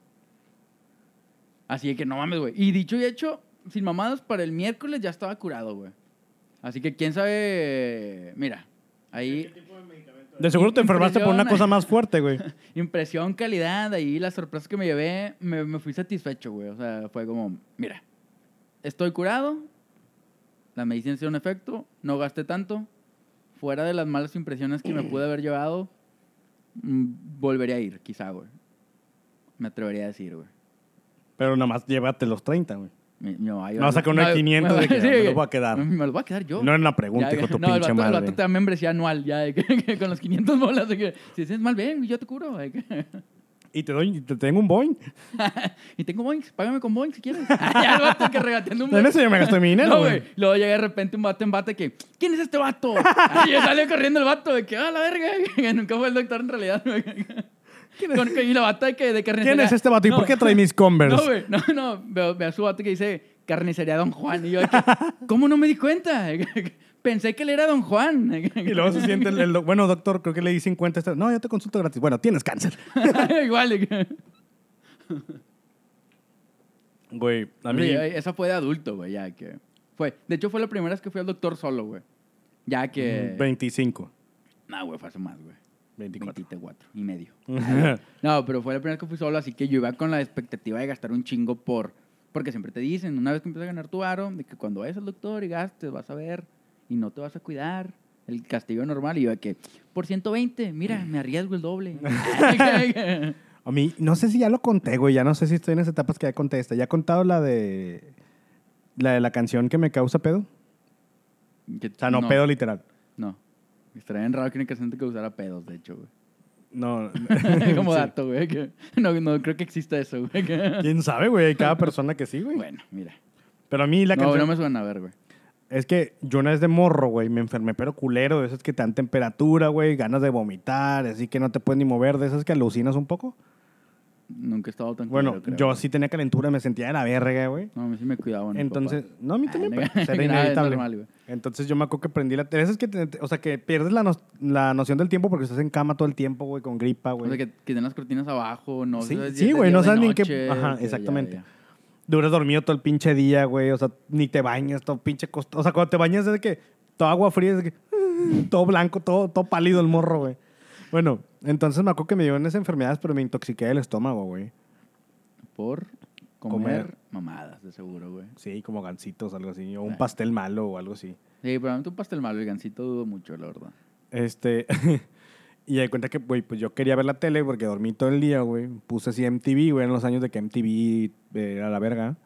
Así que no mames, güey. Y dicho y hecho, sin mamadas, para el miércoles ya estaba curado, güey. Así que quién sabe. Mira, ahí. De seguro te enfermaste por una Impresiona. cosa más fuerte, güey. Impresión, calidad, ahí la sorpresa que me llevé, me, me fui satisfecho, güey. O sea, fue como, mira, estoy curado, la medicina hizo un efecto, no gasté tanto, fuera de las malas impresiones que me pude haber llevado, mm, volvería a ir, quizá, güey. Me atrevería a decir, güey. Pero nada más llévate los 30, güey. Mi- mi mamá iba- No, saca uno de me- 500 de me- que sí, me lo güey. voy a quedar. Me lo voy a quedar yo. No era una pregunta, Ya, hijo de tu no, el vato, pinche el madre. vato te da membresía anual, ya, de que, que con los 500 bolas, de que si dices mal, ven, yo te curo. de que- Y te doy, te tengo un boing. Y tengo boings, págame con boings si quieres. ya el vato que regateando un En eso yo me gasté mi dinero, No, güey. güey. Luego llega de repente un vato en bata que, ¿quién es este vato? y sale corriendo el vato de que, ah, la verga. que Nunca fue el doctor en realidad. güey. ¿Quién es, Con- y la bata de que de carnicería. quién es este vato? ¿Y No, por qué trae mis Converse? No, güey. No, no. Veo, veo a su vato que dice carnicería Don Juan. Y yo, de que, ¿cómo no me di cuenta? Pensé que él era Don Juan. y luego se siente el, el doc- bueno, doctor, creo que le di 50. este- No, yo te consulto gratis. Bueno, tienes cáncer. Igual. de que- Güey, a mí... Sí, esa fue de adulto, güey, ya que... Fue. De hecho, fue la primera vez que fui al doctor solo, güey. Ya que... Mm, 25, No, güey, fue hace más, güey. 24. 24 y medio. No, pero fue la primera vez que fui solo, así que yo iba con la expectativa de gastar un chingo por... Porque siempre te dicen, una vez que empiezas a ganar tu aro, de que cuando vayas al doctor y gastes, vas a ver y no te vas a cuidar. El castigo normal. Y yo de que, por 120, mira, me arriesgo el doble. A mí, no sé si ya lo conté, güey. Ya no sé si estoy en las etapas que ya conté esta. ¿Ya he contado la de la, de la canción que me causa pedo? Que- O sea, no, pedo literal. No. Estaría bien raro que una canción que usara pedos, de hecho, güey. No. Como Sí. dato, güey. que No, no creo que exista eso, güey. que- ¿Quién sabe, güey? Hay cada persona que sí, güey. Bueno, mira. Pero a mí la no, canción... no me suena a ver, güey. Es que yo una vez de morro, güey, me enfermé, pero culero, de esas que te dan temperatura, güey, ganas de vomitar, así que no te puedes ni mover, de esas que alucinas un poco. Nunca he estado tan Bueno, culero, creo, yo güey. sí tenía calentura, me sentía de la verga, güey. No, a mí sí me cuidaban. mis Entonces, papás. no, a mí Ah, también, no, pero pues, era nada, es inevitable. normal, güey. Entonces yo me acuerdo que prendí la... de Esas que, te- o sea, que pierdes la, no- la noción del tiempo porque estás en cama todo el tiempo, güey, con gripa, güey. O sea, que, que den las cortinas abajo, no Sí, sabes si sí, es de güey, día no o de sabes ni en qué- noche, ajá, ya, ya, exactamente. ya. Duras dormido todo el pinche día, güey. O sea, ni te bañas, todo pinche costo. O sea, cuando te bañas es de que todo agua fría, es de que todo blanco, todo, todo pálido el morro, güey. Bueno, entonces me acuerdo que me dieron esas enfermedades, pero me intoxiqué del estómago, güey. Por comer, Comer. mamadas, de seguro, güey. Sí, como gansitos, algo así. O un Ah. pastel malo o algo así. Sí, probablemente un pastel malo, el gancito dudo mucho, la verdad. Este, y de cuenta que, güey, pues yo quería ver la tele porque dormí todo el día, güey. Puse así MTV, güey, en los años de que MTV era la verga.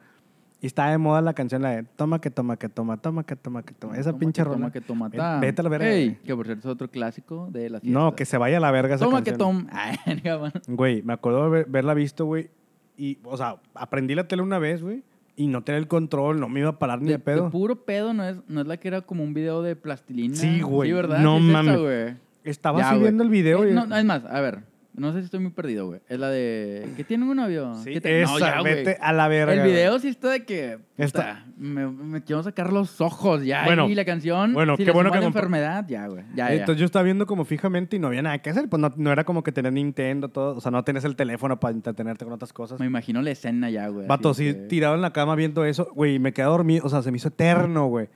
Y estaba de moda la canción, la de toma que toma que toma, toma que toma que toma. Esa Toma pinche que rola. Toma que toma Ve- ta. Vete a la verga. Ey, güey. que por cierto es otro clásico de la fiesta. No, que se vaya a la verga esa Toma que canción. toma. Ay, ya, bueno. Güey, me acuerdo de ver- verla visto, güey. Y, o sea, aprendí la tele una vez, güey. Y no tenía el control, no me iba a parar ni de, de pedo. de puro pedo, ¿no es, ¿no es la que era como un video de plastilina? Sí, güey. Sí, ¿verdad? No Sí es esa, mames. güey. Estaba Ya, así güey. viendo el video. Eh, y... no, no, es más, a ver, no sé si estoy muy perdido, güey. Es la de... ¿Que tienen un novio? Sí, ¿Qué te- esa, No, ya, güey. vete a la verga. El güey. video sí está de que... puta, Está- Me, me quiero sacar los ojos ya. Bueno, y la canción... bueno, si qué le bueno suma que la compa- enfermedad, ya, güey. Ya, ya. Entonces yo estaba viendo como fijamente y no había nada que hacer. Pues no, no era como que tenías Nintendo, todo. O sea, no tenías el teléfono para entretenerte con otras cosas. Me imagino la escena ya, güey. Vato, así sí, de que- tirado en la cama viendo eso, güey, y me quedé dormido. O sea, se me hizo eterno, güey.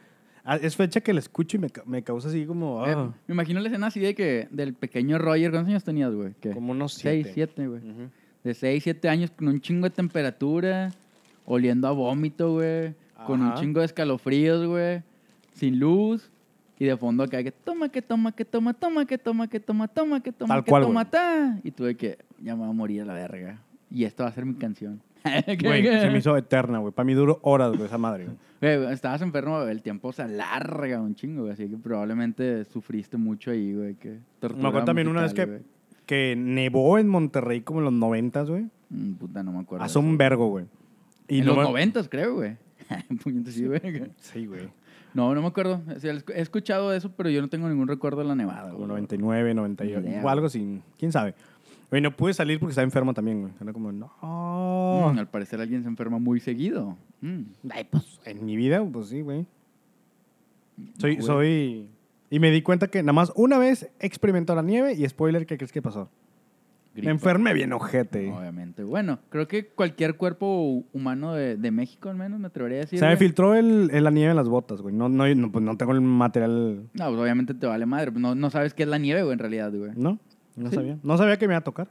Ah, Es fecha que la escucho y me, ca- me causa así como... Eh, ah, me imagino la escena así de que... Del pequeño Roger, ¿cuántos años tenías, güey? ¿Qué? como unos siete. Seis, siete, güey. Ujú. De 6, 7 años con un chingo de temperatura, oliendo a vómito, güey. Con un Ajá. chingo de escalofríos, güey. Sin luz. Y de fondo acá que toma, que toma, que toma, toma, que toma, que toma, toma, que toma, Tal que cual, toma, ta. Y tuve que, ya me voy a morir a la verga. Y esta va a ser mi canción. Güey, se me hizo eterna, güey. Para mí duró horas, güey, esa madre. güey. Güey, estabas enfermo, el tiempo se alarga un chingo, güey. Así que probablemente sufriste mucho ahí, güey. Que Me acuerdo también una vez que- musical, Que nevó en Monterrey como en los noventas, güey. güey. Mm, Puta, no me acuerdo. Hace de un eso. vergo, güey. Y en no los me- noventas, creo, güey. Puñetas, sí, güey. Sí, güey. No, no me acuerdo. O sea, he escuchado eso, pero yo no tengo ningún recuerdo de la nevada. Como güey. 99, 98, Ni idea, o algo así. ¿Quién sabe? Güey, no pude salir porque estaba enfermo también, güey. Era como, no. Oh. Mm, al parecer alguien se enferma muy seguido. Mm. Ay, pues, en mi vida, pues sí, güey. Soy, No, güey. soy... Y me di cuenta que nada más una vez experimentó la nieve y spoiler, ¿qué crees que pasó? Gripa. Me enfermé bien ojete. Obviamente. Bueno, creo que cualquier cuerpo humano de, de México, al menos, me atrevería a decir. Se me güey. filtró el, el- la nieve en las botas, güey. No, no, no, pues no tengo el material, No, pues obviamente te vale madre. No, no sabes qué es la nieve, güey, en realidad, güey. ¿no? No Sí. sabía. No sabía que me iba a tocar.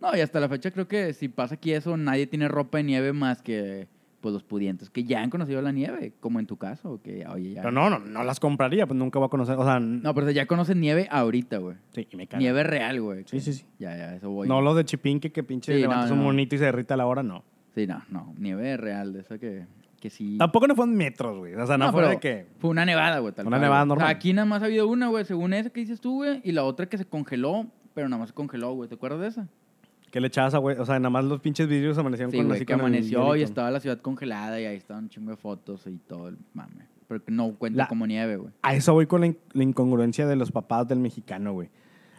No, y hasta la fecha creo que si pasa aquí eso, nadie tiene ropa de nieve más que pues los pudientes que ya han conocido la nieve, como en tu caso, que oye, ya. Pero no, no, no las compraría, pues nunca voy a conocer. O sea, No, pero ya conocen nieve ahorita, güey. sí, y me caga. Nieve real, güey. Sí, que- sí, sí. Ya, ya, eso voy. No los de chipinque que pinche Sí, levantas no, un no. monito y se derrita a la hora, no. Sí, no, no. Nieve real, de esa que, que sí. Tampoco no fueron metros, güey. O sea, no, No, fue pero de que. Fue una nevada, güey. tal Una cual, nevada güey. O sea, normal. aquí nada más ha habido una, güey, según esa que dices tú, güey, y la otra que se congeló, pero nada más se congeló, güey. ¿Te acuerdas de esa? Que le echabas a güey. O sea, nada más los pinches vidrios amanecieron Sí, con güey, así que con el amaneció y hielito. estaba la ciudad congelada y ahí estaban un chingo de fotos y todo el mame. Pero que no cuenta La- como nieve, güey. A eso voy con la, in- la incongruencia de los papás del mexicano, güey.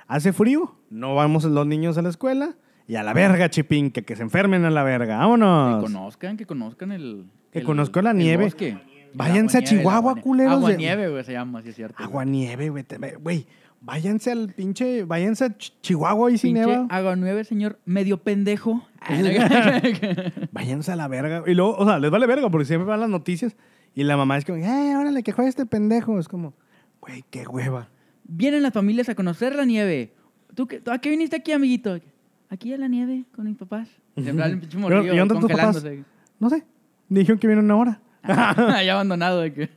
Hace frío, no vamos los niños a la escuela y a la verga, chipinque, que se enfermen a la verga. Que Vámonos. conozcan, que conozcan el... Que el- conozcan la el nieve. bosque. Váyanse Aguanieve, a el Chihuahua, aguanie- culeros de- Aguanieve, güey, se llama, sí es cierto. güey. Pues, Aguanieve, güey. te- Güey, váyanse al pinche. Váyanse a Ch- Chihuahua y sin Pinche ah. nieva. Aguanieve, señor, medio pendejo. Ah, Váyanse a la verga. Y luego, o sea, les vale verga porque siempre van las noticias y la mamá es como, ¡eh, órale, que juega este pendejo! Es como, güey, qué hueva. Vienen las familias a conocer la nieve. ¿Tú qué- ¿A qué viniste aquí, amiguito? Aquí a la nieve con mis papás. Siempre el pinche morrillo ¿Y dónde están tus congelándose. No sé. Dijeron que viene una hora. ya abandonado. de que-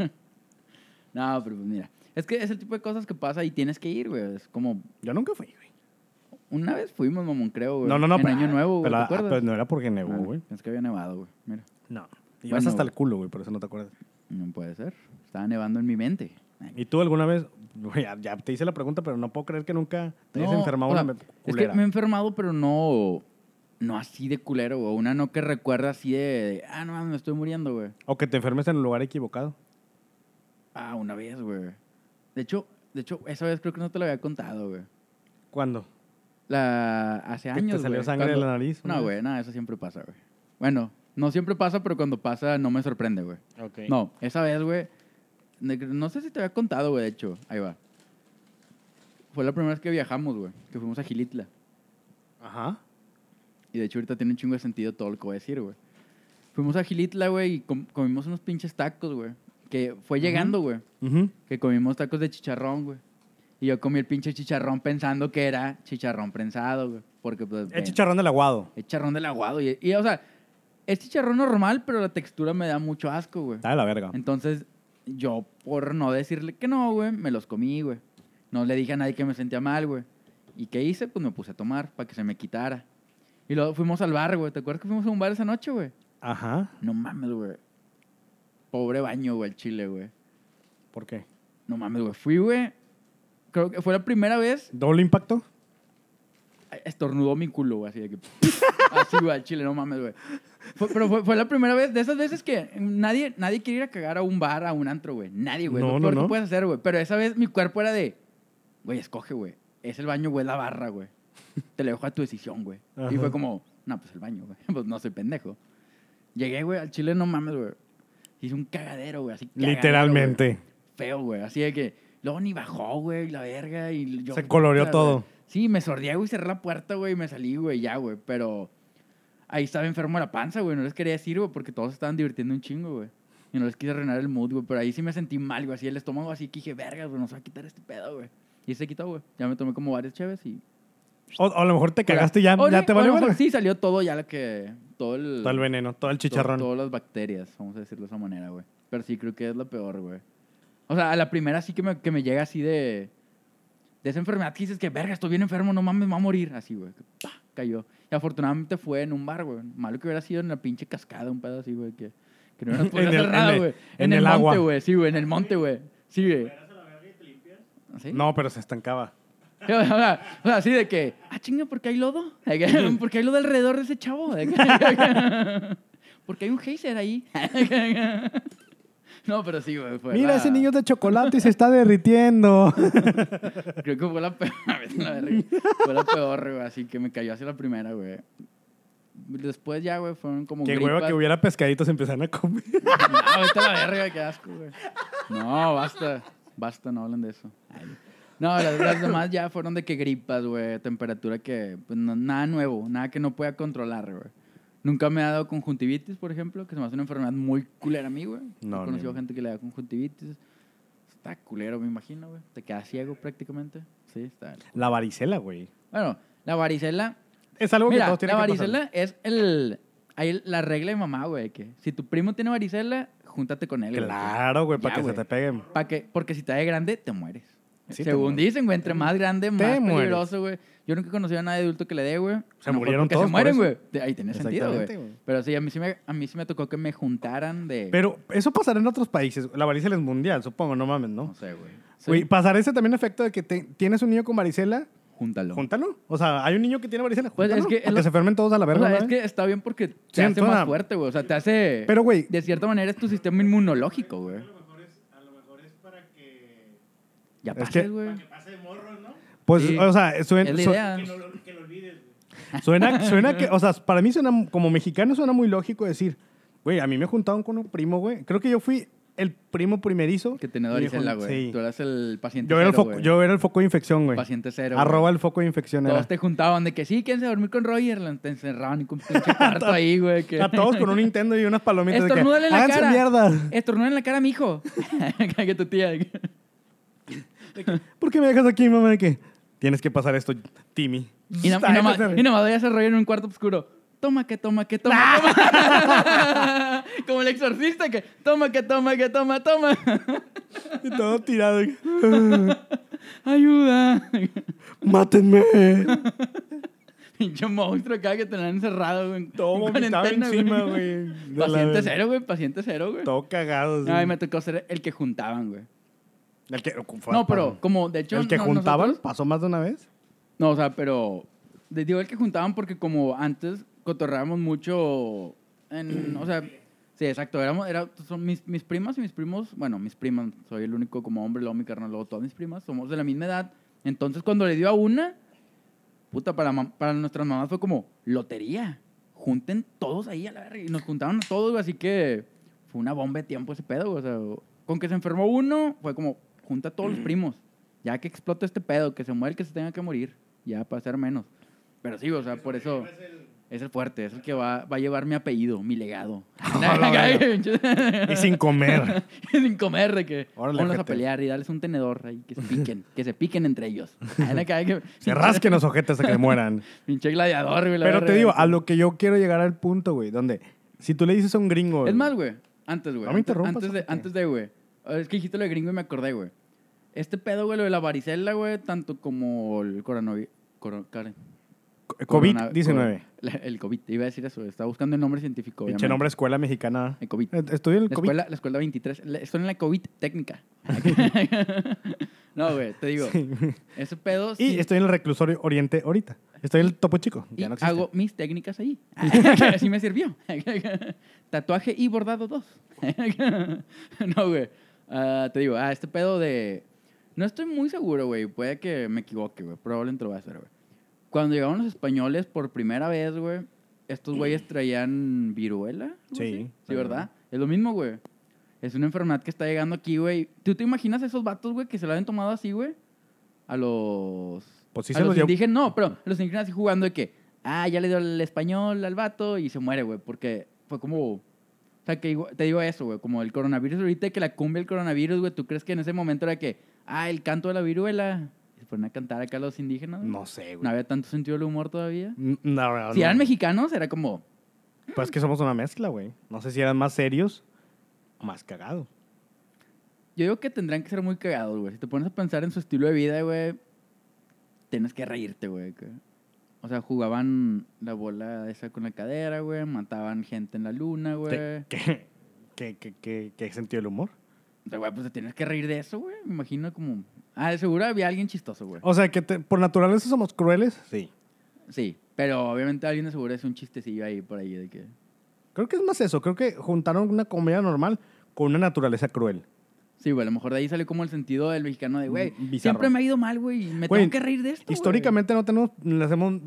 no, pero pues mira. Es que es el tipo de cosas que pasa y tienes que ir, güey. Es como... Yo nunca fui, güey. Una Una vez fuimos, mamón, creo, güey. No, no, no. En pero- Año Nuevo, güey. pero- ¿Te ah, acuerdas? pero no era porque Ah, nevó, güey. es que había nevado, güey. Mira, No. Ibas Bueno, hasta güey. el culo, güey, por eso no te acuerdas. no puede ser. Estaba nevando en mi mente. ¿Y tú alguna vez? Güey, ya, ya te hice la pregunta, pero no puedo creer que nunca te hayas No, enfermado o sea, una me- Es que culera. me he enfermado, pero no, no así de culero, güey. Una no que recuerda así de, de, ah, no, mames, me estoy muriendo, güey. O que te enfermes en el lugar equivocado. Ah, una vez, güey. De hecho, de hecho, esa vez creo que no te lo había contado, güey. ¿Cuándo? La, hace ¿Que años, te salió güey, sangre de cuando- la nariz? No, güey, nada, eso siempre pasa, güey. Bueno, no siempre pasa, pero cuando pasa no me sorprende, güey. Ok. No, esa vez, güey. de que- No sé si te había contado, güey, de hecho. Ahí va. Fue la primera vez que viajamos, güey. Que fuimos a Gilitla. Ajá. Y de hecho ahorita tiene un chingo de sentido todo lo que voy a decir, güey. Fuimos a Gilitla, güey, y com- comimos unos pinches tacos, güey. Que fue llegando, güey. Ujú. Que comimos tacos de chicharrón, güey. Y yo comí el pinche chicharrón pensando que era chicharrón prensado, güey. Porque, pues... El ven, chicharrón del aguado. Es chicharrón del aguado. Y, y, o sea, es chicharrón normal, pero la textura me da mucho asco, güey. Está de la verga. Entonces, yo, por no decirle que no, güey, me los comí, güey. No le dije a nadie que me sentía mal, güey. ¿Y qué hice? Pues me puse a tomar para que se me quitara. Y luego fuimos al bar, güey. ¿Te acuerdas que fuimos a un bar esa noche, güey? Ajá. No mames, güey. Pobre baño, güey, el chile, güey. ¿Por qué? No mames, güey. Fui, güey. Creo que fue la primera vez. ¿Doble impacto? Estornudó mi culo, güey. Así de que. así, güey, al chile, no mames, güey. Fue- pero fue, fue la primera vez, de esas veces que nadie, nadie quiere ir a cagar a un bar, a un antro, güey. Nadie, güey. No, lo no, peor que no. puedes hacer, güey. Pero esa vez mi cuerpo era de, güey, escoge, güey. Es el baño, güey, la barra, güey. Te lo dejo a tu decisión, güey. Y Ajá. fue como, no, pues el baño, güey. Pues no soy pendejo. Llegué, güey, al chile, no mames, güey. Hice un cagadero, güey, así. cagadero, güey. Literalmente. Feo, güey. Así de que, luego ni bajó, güey, la verga. Y yo, Se coloreó puta, todo. güey. Sí, me sordié, güey, cerré la puerta, güey, y me salí, güey, ya, güey. Pero ahí estaba enfermo la panza, güey. No les quería decir, güey, porque todos estaban divirtiendo un chingo, güey. Y no les quise arruinar el mood, güey. Pero ahí sí me sentí mal, güey. Así el estómago, así que dije, vergas, güey, no se va a quitar este pedo, güey. Y se quitó, güey. Ya me tomé como varias chaves y. O, o a lo mejor te cagaste y ya, Oye, ya te valió bueno, verga. Sí, salió todo ya lo que. Todo el. Todo el veneno, todo el chicharrón. Todo- todas las bacterias, vamos a decirlo de esa manera, güey. Pero sí creo que es la peor, güey. O sea, a la primera sí que me, que me llega así de... De esa enfermedad que dices que, verga, estoy bien enfermo, no mames, me va a morir. Así, güey. que, pa, Cayó. Y afortunadamente fue en un bar, güey. Malo que hubiera sido en la pinche cascada, un pedo así, güey. Que, que no hubieras podido En el- hacer nada, en el- güey. en el agua. monte, güey. Sí, güey, en el monte, güey. Sí, güey. ¿Ah, ¿Sí? No, pero se estancaba. O sea, o sea, así de que, ah, chinga, ¿por qué hay lodo? De que, ¿Por qué hay lodo alrededor de ese chavo? De que- Porque hay un geyser ahí. No, pero sí, güey. fue Mira, la- ese niño es de chocolate y se está derritiendo. Creo que fue la peor. la verga. fue la peor, güey. Así que me cayó hacia la primera, güey. Después ya, güey, fueron como. Qué gripas. hueva que hubiera pescaditos empezaron a comer. No, vete a la verga, qué asco, güey. No, basta. Basta, no hablen de eso. Ay. No, las, las demás ya fueron de que gripas, güey. Temperatura que. pues, no- nada nuevo, nada que no pueda controlar, güey. Nunca me ha dado conjuntivitis, por ejemplo, que se me hace una enfermedad muy culera a mí, güey. No, He ni conocido a mí. gente que le da conjuntivitis. Está culero, me imagino, güey. Te quedas ciego prácticamente. Sí, está. La varicela, güey. Bueno, la varicela. Es algo que Mira, todos tienen la que pasar. varicela es el. Hay la regla de mamá, güey, que si tu primo tiene varicela, júntate con él. güey. Claro, güey, para Ya, que güey. se te peguen. Pa' que, porque si te de grande, te mueres. Sí, te Según mueres. dicen, güey, entre más grande, más mueres. peligroso, güey. Yo nunca he conocido a nadie adulto que le dé, güey. Se A lo mejor murieron porque todos Se por mueren, eso. güey. Te- Ahí tenía sentido, güey. Exactamente, güey. Pero sí, a mí sí, me, a mí sí me tocó que me juntaran de. Pero eso pasará en otros países. La varicela es mundial, supongo, no mames, no ¿no? sé, güey. Sí, Güey, pasará ese también efecto de que te- tienes un niño con varicela, júntalo. júntalo. O sea, hay un niño que tiene varicela, Pues es júntalo. que que, es lo- se enfermen todos a la O verga. sea, ¿no? es que está bien porque te Sí, hace entona. más fuerte, güey. O sea, te hace. Pero, güey, De cierta manera es tu sistema inmunológico, güey. A lo mejor es, a lo mejor es para que, Ya Es pases, que- güey. para que pase de morro, ¿no? pues, sí. o sea, suen- Es la suen- idea. Que no lo, que lo olvides. güey. Suena, suena que, o sea, para mí suena, como mexicano suena muy lógico decir, güey, a mí me juntaron con un primo, güey. Creo que yo fui el primo primerizo. Que tenés Y me varicela, jun- güey. sí. Tú eras el paciente Yo, era el cero, foco, güey. yo era el foco de infección, güey. Paciente cero. güey. Arroba el foco de infección. Todos Era. te juntaban de que sí, quédense a dormir con Roger. Lo- Te encerraban en un pinche cuarto ahí, güey. Que... A todos con un Nintendo y unas palomitas. de que, Estornúdale en la "Háganse cara. mierda. Estornuda en la cara a mi hijo. que tu tía. ¿Por qué me dejas aquí, mamá? De que tienes que pasar esto, Timmy. Y nada Ay, más no sé. y nada más veías a Roger en un cuarto oscuro. Toma, que toma, que toma, toma. Como el exorcista que toma, que toma, que toma, toma. Y todo tirado. de que, Ayuda. Mátenme. Pinche monstruo acá que te lo han encerrado, güey. en- en Todo vomitado cuarentena, encima, güey. De la Paciente verga. cero, güey. Paciente cero, güey. Todo cagado. sí. Ay, me tocó ser el que juntaban, güey. El que- No, pero como de hecho. el que no- juntaban nosotros- pasó más de una vez. No, o sea, pero les digo el que juntaban porque como antes cotorreábamos mucho en, o sea, sí, exacto, éramos, era, son mis, mis primas y mis primos, bueno, mis primas, soy el único como hombre, luego mi carnal, luego todas mis primas, somos de la misma edad, entonces cuando le dio a una, puta, para, mam- para nuestras mamás fue como lotería, junten todos ahí a la verga, y nos juntaron a todos, güey, así que fue una bomba de tiempo ese pedo, güey, o sea, con que se enfermó uno, fue como, junta a todos los primos, ya que explote este pedo, que se muera el que se tenga que morir, ya para ser menos. Pero sí, o sea, por eso Es el- es el fuerte, es el que va, va a llevar mi apellido, mi legado. Y sin comer. Sin comer, de que Órale, ponlos a ojete. pelear y darles un tenedor ahí, que se piquen, que se piquen entre ellos. Ay, la cara que- Se rasquen los ojetes hasta que mueran. Pinche gladiador, güey. la Pero verga. te digo, a lo que yo quiero llegar al punto, güey, donde si tú le dices a un gringo. Es más, güey. Antes, güey. No antes- me interrumpas, Antes de, ojete. antes de, güey. Es que dijiste lo de gringo y me acordé, güey. Este pedo, güey, lo de la varicela, güey, tanto como el coronavirus. COVID-19. El COVID, iba a decir eso. Estaba buscando el nombre científico. Pinche obviamente. nombre escuela mexicana. El COVID. Eh, Estudia el La COVID. escuela, la escuela 23. la- Estoy en la COVID técnica. no, güey, te digo. Sí. Ese pedo. sí- Y estoy en el reclusorio oriente ahorita. Estoy en el topo chico. y Ya no existe. Ah. hago mis técnicas ahí. Así me sirvió. Tatuaje y bordado dos. no, güey. Ah, te digo, ah, este pedo de... No estoy muy seguro, güey. Puede que me equivoque, güey. Probablemente lo va a hacer, güey. Cuando llegaron los españoles por primera vez, güey, estos güeyes traían viruela. algo Sí, así. Sí, claro. ¿verdad? Es lo mismo, güey. Es una enfermedad que está llegando aquí, güey. ¿Tú te imaginas a esos vatos, güey, que se la han tomado así, güey? A los. Pues sí a se los los dio- indígenas, no, pero a los indígenas así jugando de que, ah, ya le dio el español al vato y se muere, güey, porque fue como. O sea, que igual- te digo eso, güey, como el coronavirus, ahorita que la cumbia del coronavirus, güey, ¿tú crees que en ese momento era que, ah, el canto de la viruela? Y se ponen a cantar acá los indígenas. güey? No sé, No güey. había tanto sentido del humor todavía. N- No, no, si no. eran mexicanos, era como, Pues es que somos una mezcla, güey. No sé si eran más serios o más cagados. Yo digo que tendrían que ser muy cagados, güey. Si te pones a pensar en su estilo de vida, güey, tienes que reírte, güey. que- O sea, jugaban la bola esa con la cadera, güey. Mataban gente en la luna, güey. ¿Qué, qué, qué, qué- qué- qué sentido del humor? O sea, güey, pues te tienes que reír de eso, güey. Me imagino como... Ah, de seguro había alguien chistoso, güey. O sea, que te- por naturaleza somos crueles. Sí. Sí, pero obviamente alguien de seguro es un chistecillo ahí por ahí de que... Creo que es más eso. Creo que juntaron una comedia normal con una naturaleza cruel. Sí, güey, a lo mejor de ahí sale como el sentido del mexicano de, güey, Mm, bizarro. siempre me ha ido mal, güey, y me Güey, tengo que reír de esto, güey". Históricamente no tenemos, le hacemos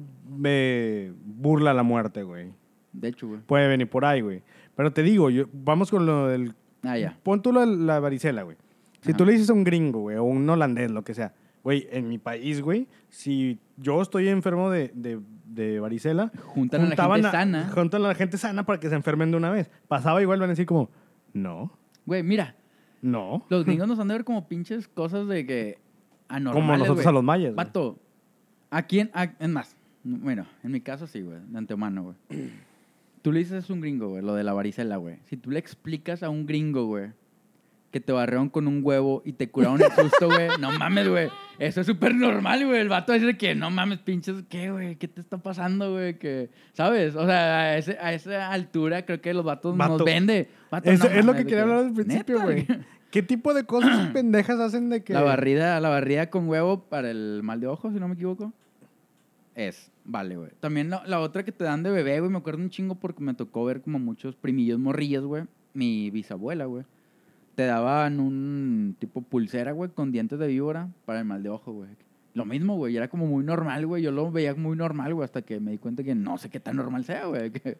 eh, burla a la muerte, güey. De hecho, güey. Puede venir por ahí, güey. Pero te digo, yo, vamos con lo del... Ah, ya. Pon tú la, la varicela, güey. Si Ajá. tú le dices a un gringo, güey, o un holandés, lo que sea, güey, en mi país, güey, si yo estoy enfermo de, de- de varicela... Juntan a la juntaban gente sana. Juntan a la gente sana para que se enfermen de una vez. Pasaba igual, van a decir como, no, Güey, mira, no. Los gringos nos han de ver como pinches cosas de que anormales, Como nosotros güey. a los mayas, güey. Vato, ¿a quién? a- es más, n- bueno, en mi caso sí, güey, de antemano, güey. Tú le dices a un gringo, güey, lo de la varicela, güey. Si tú le explicas a un gringo, güey, que te barrieron con un huevo y te curaron el susto, güey, no mames, güey. Eso es súper normal, güey. El vato es de que, no mames, pinches, ¿qué, güey? ¿Qué te está pasando, güey? Que, ¿sabes? O sea, a, ese- a esa altura creo que los vatos Vato. nos vende. Vato, Eso no es lo mames, que de quería hablar al principio, Neta, güey. ¿Qué tipo de cosas pendejas hacen de que... La barrida, la barrida con huevo para el mal de ojo, si no me equivoco. Es, vale, güey. También la, la otra que te dan de bebé, güey, me acuerdo un chingo porque me tocó ver como muchos primillos morrillos, güey. Mi bisabuela, güey. Te daban un tipo pulsera, güey, con dientes de víbora para el mal de ojo, güey. Lo mismo, güey, y era como muy normal, güey. Yo lo veía muy normal, güey, hasta que me di cuenta que no sé qué tan normal sea, güey. que-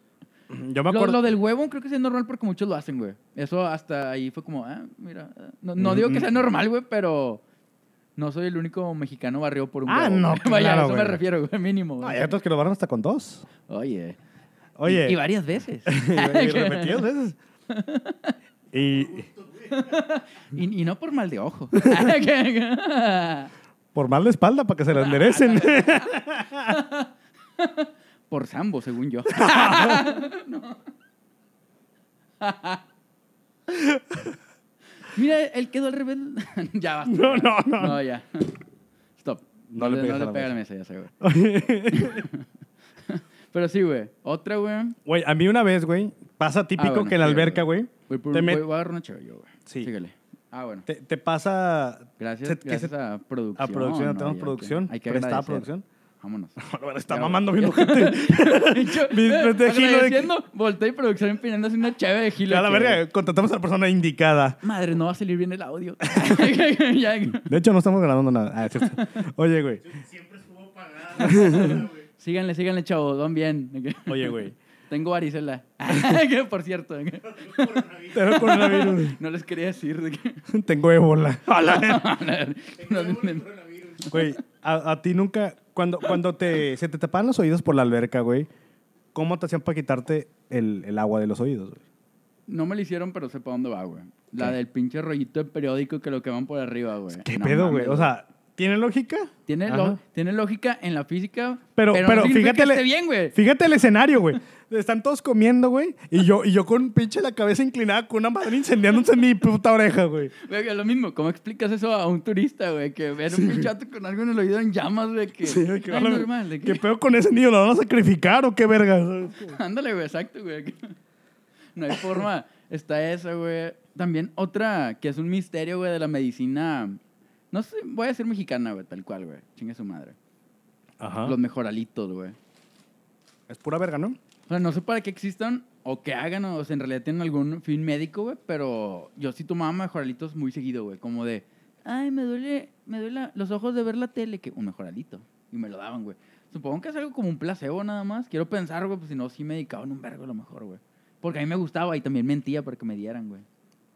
Yo me Lo, acuerdo... lo del huevo creo que sí es normal porque muchos lo hacen, güey. Eso hasta ahí fue como, ah, mira. eh, No, Mm, no digo que sea normal, güey, pero no soy el único mexicano barrio por un Ah, huevo. no, güey. Vaya, claro, a eso me güey. refiero, güey, mínimo. No, güey. hay otros que lo barran hasta con dos. Oye. Oye. Y, y varias veces. y repetidas veces. Y y, y no por mal de ojo. por mal de espalda para que se la enderecen. por sambo, según yo. No. Mira, él quedó al revés. ya basta. No, ya. no, no. No, ya. Stop. No le pegues a la pega a la mesa, ya sé, güey. Pero sí, güey. Otra, güey. Güey, a mí una vez, güey, pasa típico Ah, bueno, que en la sí, alberca, güey, Voy por Te un- met- voy- voy a agarrar una chévere yo, güey. Sí. Síguele. Ah, bueno. te, te pasa Gracias, se- que gracias se- a producción. a producción, ¿no? a tenemos Y producción, Hay que, hay que prestada agradecer. producción. Vámonos. Bueno, está Ya, mamando güey. bien ojete. Mi- Yo, eh, de Gilo de- agradeciendo, volteé y producción empinándose una chave de gilo. Ya la aquí, güey. verga, contratamos a la persona indicada. Madre, no va a salir bien el audio. Ya. De hecho, no estamos grabando nada. Ah, es cierto. Oye, güey. Siempre estuvo pagada. la señora, güey. síganle, síganle, chavo. Van bien. Oye, güey. Tengo varicela. Que, Por cierto. Coronavirus. Tengo coronavirus. No les quería decir. de que- Tengo ébola. Tengo el coronavirus. Güey, a, a ti nunca, cuando, cuando te, se te tapaban los oídos por la alberca, güey, ¿cómo te hacían para quitarte el, el agua de los oídos? güey? No me lo hicieron, pero sé para dónde va, güey. La ¿Qué? del pinche rollito de periódico que lo queman por arriba, güey. ¿Qué No pedo, mames, güey? O sea, ¿Tiene lógica? Tiene, Ajá. lo- tiene lógica en la física, Pero, pero, no pero, significa fíjate, que el- esté bien, güey. fíjate el escenario, güey. Están todos comiendo, güey. Y yo, y yo con pinche la cabeza inclinada, con una madre incendiándose en mi puta oreja, güey. Güey, lo mismo, ¿cómo explicas eso a un turista, güey? Que ver un pinche vato con algo en el oído en llamas, güey, que Sí, güey, que Ay, vale. normal, de ¿Qué que... pedo con ese niño? ¿Lo van a sacrificar o qué verga? Ándale, güey, exacto, güey. que- No hay forma. Está esa, güey. También otra que es un misterio, güey, de la medicina. No sé, voy a decir mexicana, güey, tal cual, güey. Chingue su madre. Ajá. Los mejoralitos, güey. Es pura verga, ¿no? O sea, no sé para qué existan o qué hagan, o sea, en realidad tienen algún fin médico, güey, pero yo sí tomaba mejoralitos muy seguido, güey, como de, ay, me duele, me duele la- los ojos de ver la tele, que un mejoralito, y me lo daban, güey. Supongo que es algo como un placebo nada más, quiero pensar, güey, pues si no, sí me dedicaban un vergo a lo mejor, güey. Porque a mí me gustaba y también mentía para que me dieran, güey.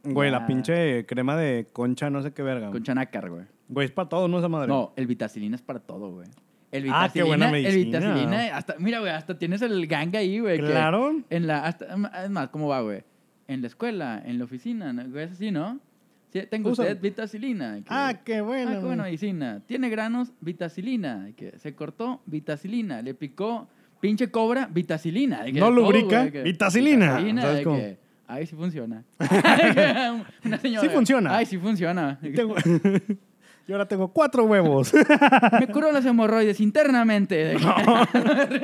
Güey, Ya. la pinche crema de concha, no sé qué verga. Con chanácar, güey. Güey, es para todos, ¿no? Esa madre. No, el vitacilina es para todo, güey. El vitacilina, Ah, qué buena El medicina. vitacilina, hasta, mira, güey, hasta tienes el ganga ahí, güey. que- Claro. En la, hasta, es más, ¿cómo va, güey? En la escuela, en la oficina, ¿no? es así, ¿no? Sí, tengo Usa- usted vitacilina. que- Ah, qué bueno. ah, qué buena güey. medicina. Tiene granos, vitacilina. que se cortó, vitacilina. Le picó, pinche cobra, vitacilina. de que No todo, lubrica, güey, que- vitacilina. vitacilina, ¿Sabes de cómo? que, Ay, sí funciona. Una señora, Sí funciona. Ay, sí funciona. Tengo- Yo ahora tengo cuatro huevos. Me curó las hemorroides internamente. de que-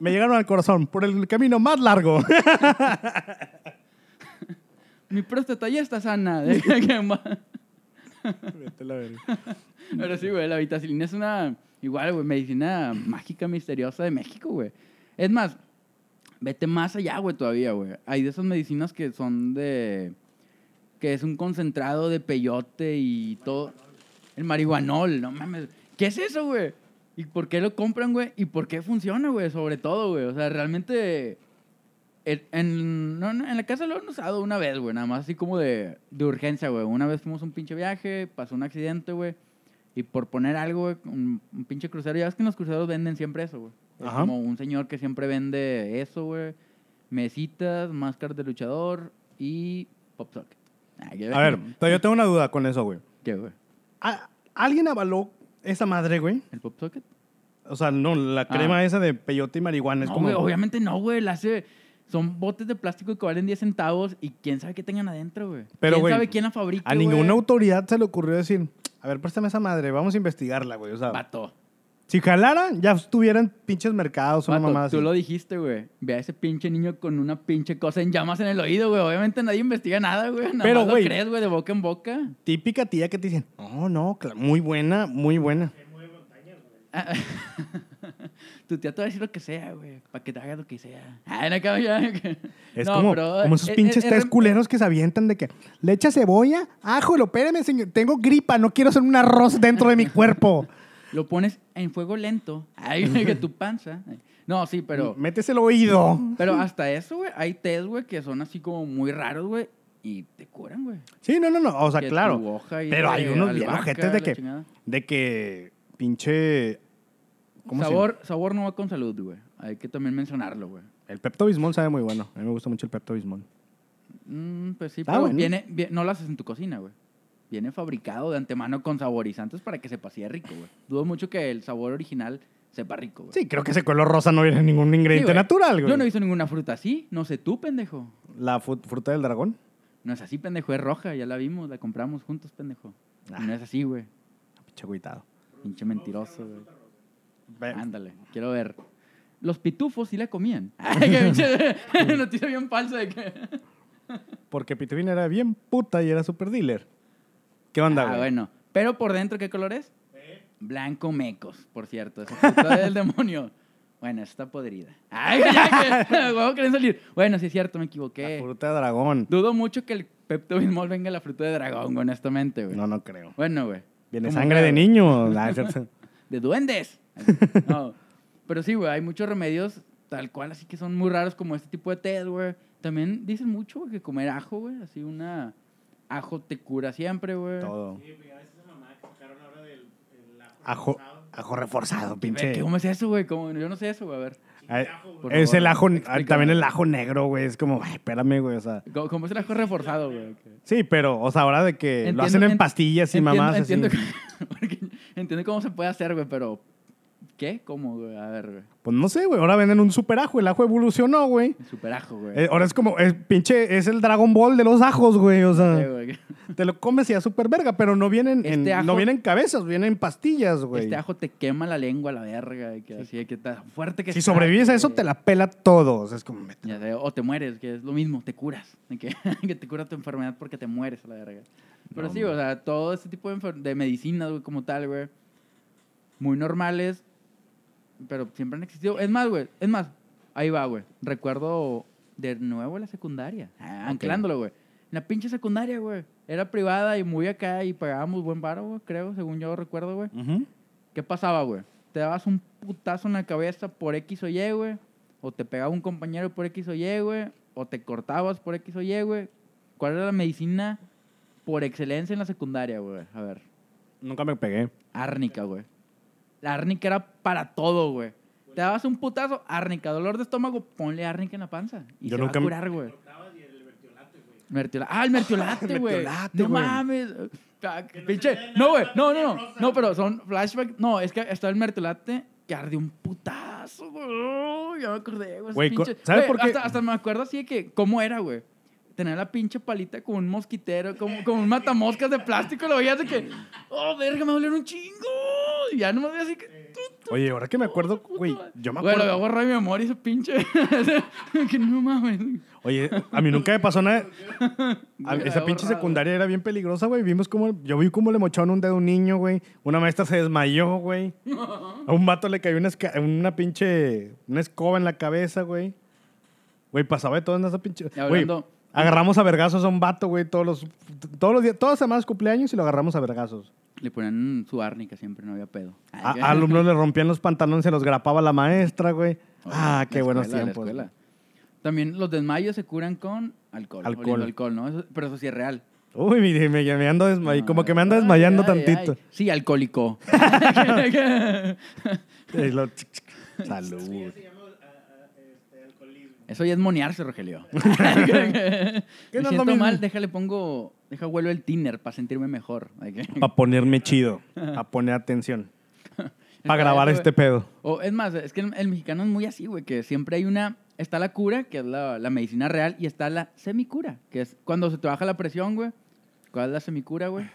Me llegaron al corazón por el camino más largo. Mi próstata ya está sana. de que- Vete la verga. Pero sí, güey, la vitacilina es una, igual, güey, medicina mágica, misteriosa de México, güey. Es más, vete más allá, güey, todavía, güey. Hay de esas medicinas que son de, que es un concentrado de peyote y todo. El marihuanol, no mames. ¿Qué es eso, güey? ¿Y por qué lo compran, güey? ¿Y por qué funciona, güey? Sobre todo, güey. O sea, realmente... En, en- no, no, en la casa lo han usado una vez, güey. Nada más así como de, de urgencia, güey. Una vez fuimos a un pinche viaje, pasó un accidente, güey. Y por poner algo, güey, un, un pinche crucero. Ya ves que en los cruceros venden siempre eso, güey. Es Ajá. como un señor que siempre vende eso, güey. Mesitas, máscaras de luchador y pop socket. Ah, ya- A ver, pero yo tengo una duda con eso, güey. ¿Qué, güey? ¿A- ¿Alguien avaló esa madre, güey? ¿El pop socket? O sea, no, la Ah. crema esa de peyote y marihuana es No, como. güey, obviamente no, güey. La hace... Son botes de plástico que valen 10 centavos y quién sabe qué tengan adentro, güey. Pero, ¿Quién güey, sabe quién la fabrica, a ninguna güey? autoridad se le ocurrió decir, a ver, préstame esa madre, vamos a investigarla, güey. O sea, Vato. si jalaran, ya estuvieran pinches mercados, una Vato, mamada tú así. lo dijiste, güey. Ve a ese pinche niño con una pinche cosa en llamas en el oído, güey. Obviamente nadie investiga nada, güey. Nada Pero, más güey. lo crees, güey, de boca en boca. Típica tía que te dicen, no, no, cla- muy buena, muy buena. Ah, tu tía te va a decir lo que sea, güey. Para que te haga lo que sea. Ah, no, cabrón, ya. Es No, como, pero, como esos eh, pinches eh, tres eh, culeros que se avientan de que le echa cebolla, ajo, lo espérame, señor, tengo gripa, no quiero hacer un arroz dentro de mi cuerpo. Lo pones en fuego lento. Ay, que tu panza. No, sí, pero... Métese el oído. Pero hasta eso, güey, hay test, güey, que son así como muy raros, güey, y te curan, güey. Sí, no, no, no, o sea, Que claro. tu hoja ahí Pero de hay unos bien albahaca, ojetes de la que, chingada. de que pinche... ¿cómo se Sabor, sabor no va con salud, güey. Hay que también mencionarlo, güey. llama? El Pepto Bismol sabe muy bueno. A mí me gusta mucho el Pepto Bismol. Mm, pues sí, Está pero bueno. viene, vie- no lo haces en tu cocina, güey. Viene fabricado de antemano con saborizantes para que sepa si es rico, güey. Dudo mucho que el sabor original sepa rico, güey. Sí, creo que ese color rosa no viene ningún Sí, ingrediente güey. natural, güey. Yo no he visto ninguna fruta así. No sé tú, pendejo. La fu- fruta del dragón. No es así, pendejo. Es roja, ya la vimos, la compramos juntos, pendejo. Y Ah. No es así, güey. Pinche agüitado. Pinche mentiroso, güey. Ve- Ándale, quiero ver. Los pitufos sí la comían. Ay, qué pinche noticia bien falsa de que. Porque Pitufín era bien puta y era super dealer. ¿Qué onda, Ah, güey? bueno. Pero por dentro, ¿qué color es? Blanco mecos, por cierto. Esa fruta del demonio. Bueno, está podrida. Ay, ya que. huevo, quieren salir. Bueno, sí es cierto, me La equivoqué. fruta de dragón. Dudo mucho que el Pepto Bismol venga la fruta de dragón, honestamente, güey. No, no creo. Bueno, güey. Viene Como sangre sea, de güey. niño. La- Pero de duendes. No. Pero sí, güey, hay muchos remedios tal cual, así que son muy raros como este tipo de té, güey. También dicen mucho güey, que comer ajo, güey, así una ajo te cura siempre, güey. todo. Sí, pues ya ves esa mamá que sacaron ahora del el ajo Ajo, rosado. ajo reforzado, Ve, pinche. ¿Qué, ¿Cómo es eso, güey? ¿Cómo? Yo no sé eso, güey, a ver. Ay, Por es favor, el ajo, explícame. ah, también el ajo negro, güey. Es como, ay, espérame, güey. O sea, Co- Como es el ajo reforzado, güey. ok. sí, pero, o sea, ahora de que Entiendo- lo hacen en en- pastillas y entiendo, mamás. así. Entiendo, que- porque entiendo cómo se puede hacer, güey, pero... ¿Qué? ¿Cómo, güey? A ver, güey. Pues no sé, güey. Ahora venden un super ajo. El ajo evolucionó, güey. El superajo, güey. Eh, ahora es como, es pinche, es el Dragon Ball de los ajos, güey. O Sí, sea, güey. te lo comes y ya super verga, pero no vienen, en, Este ajo- no vienen cabezas, vienen en pastillas, güey. Este ajo te quema la lengua, la verga. y Que así, de que tan fuerte que Si está, sobrevives a eso, güey. te la pela todo. O sea, es como, Ya sé, o te mueres, que es lo mismo, te curas. de Que, que te cura tu enfermedad porque te mueres a la verga. Pero No, sí, o sea, todo este tipo de, enfer- de medicinas, güey, como tal, güey. Muy normales, pero siempre han existido. Es más, güey, es más, ahí va, güey. Recuerdo de nuevo la secundaria, ah, anclándolo, güey. En la pinche secundaria, güey. Era privada y muy acá y pagábamos buen varo, güey, creo, según yo recuerdo, güey. Ujú. ¿Qué pasaba, güey? Te dabas un putazo en la cabeza por X o Y, güey. O te pegaba un compañero por X o Y, güey. O te cortabas por X o Y, güey. ¿Cuál era la medicina por excelencia en la secundaria, güey? A ver. Nunca me pegué. Árnica, güey. La árnica era para todo, güey. Te dabas un putazo, árnica. Dolor de estómago, ponle árnica en la panza. Y Yo se nunca va a me- curar, güey. Mertiola- Ah, el mertiolate, El güey. mertiolate, No güey. mames. Ah, Que no Pinche. tenía No, nada, güey. No, tenía no, no. rosa. No, pero son flashbacks. No, es que está el mertiolate que arde un putazo, güey. Oh, Ya me acordé, güey. ese Güey, co- pinche- ¿sabes güey, por qué? Hasta, hasta me acuerdo así de que, ¿cómo era, güey? Tener la pinche palita como un mosquitero, como, como un matamoscas de plástico, lo veías de que, oh, verga, me va a doler un chingo. Y ya no me así que. Oye, ahora que me acuerdo, güey, yo me Güey, lo acuerdo. voy a borrar de mi memoria ese pinche. que no mames. Oye, a mí nunca me pasó nada. A- Güey, lo esa había pinche borrado. secundaria era bien peligrosa, güey. Vimos cómo, yo vi cómo le mocharon un dedo a un niño, güey. Una maestra se desmayó, güey. A un vato le cayó una, esca- una pinche, una escoba en la cabeza, güey. Güey, pasaba de todo en esa pinche... Y Güey, hablando- agarramos a vergazos a un vato, güey, todos los, todos los días, todas las semanas cumpleaños y lo agarramos a vergazos. Le ponían su árnica siempre, no había pedo. A, a alumnos le rompían los pantalones, se los grapaba la maestra, güey. Oye, Ah, qué la buenos escuela, la tiempos. escuela. También los desmayos se curan con alcohol. Alcohol. oliendo alcohol, ¿no? Eso- pero eso sí es real. Uy, me, me, me ando desmay- No, como que me ando Ah, ay, desmayando ay, ay. tantito. Sí, alcohólico. Y lo- Salud. Se llama ah, ah, este, alcoholismo. eso ya es monearse, Rogelio. ¿Qué Me no es lo siento mismo? mal, déjale pongo, deja vuelo el tiner para sentirme mejor. Para ponerme chido, a poner atención, para Entonces, grabar güey, este pedo. O, es más, es que el, el mexicano es muy así, güey, que siempre hay una... Está la cura, que es la, la medicina real, y está la semicura, que es cuando se te baja la presión, güey. ¿Cuál es la semicura, güey?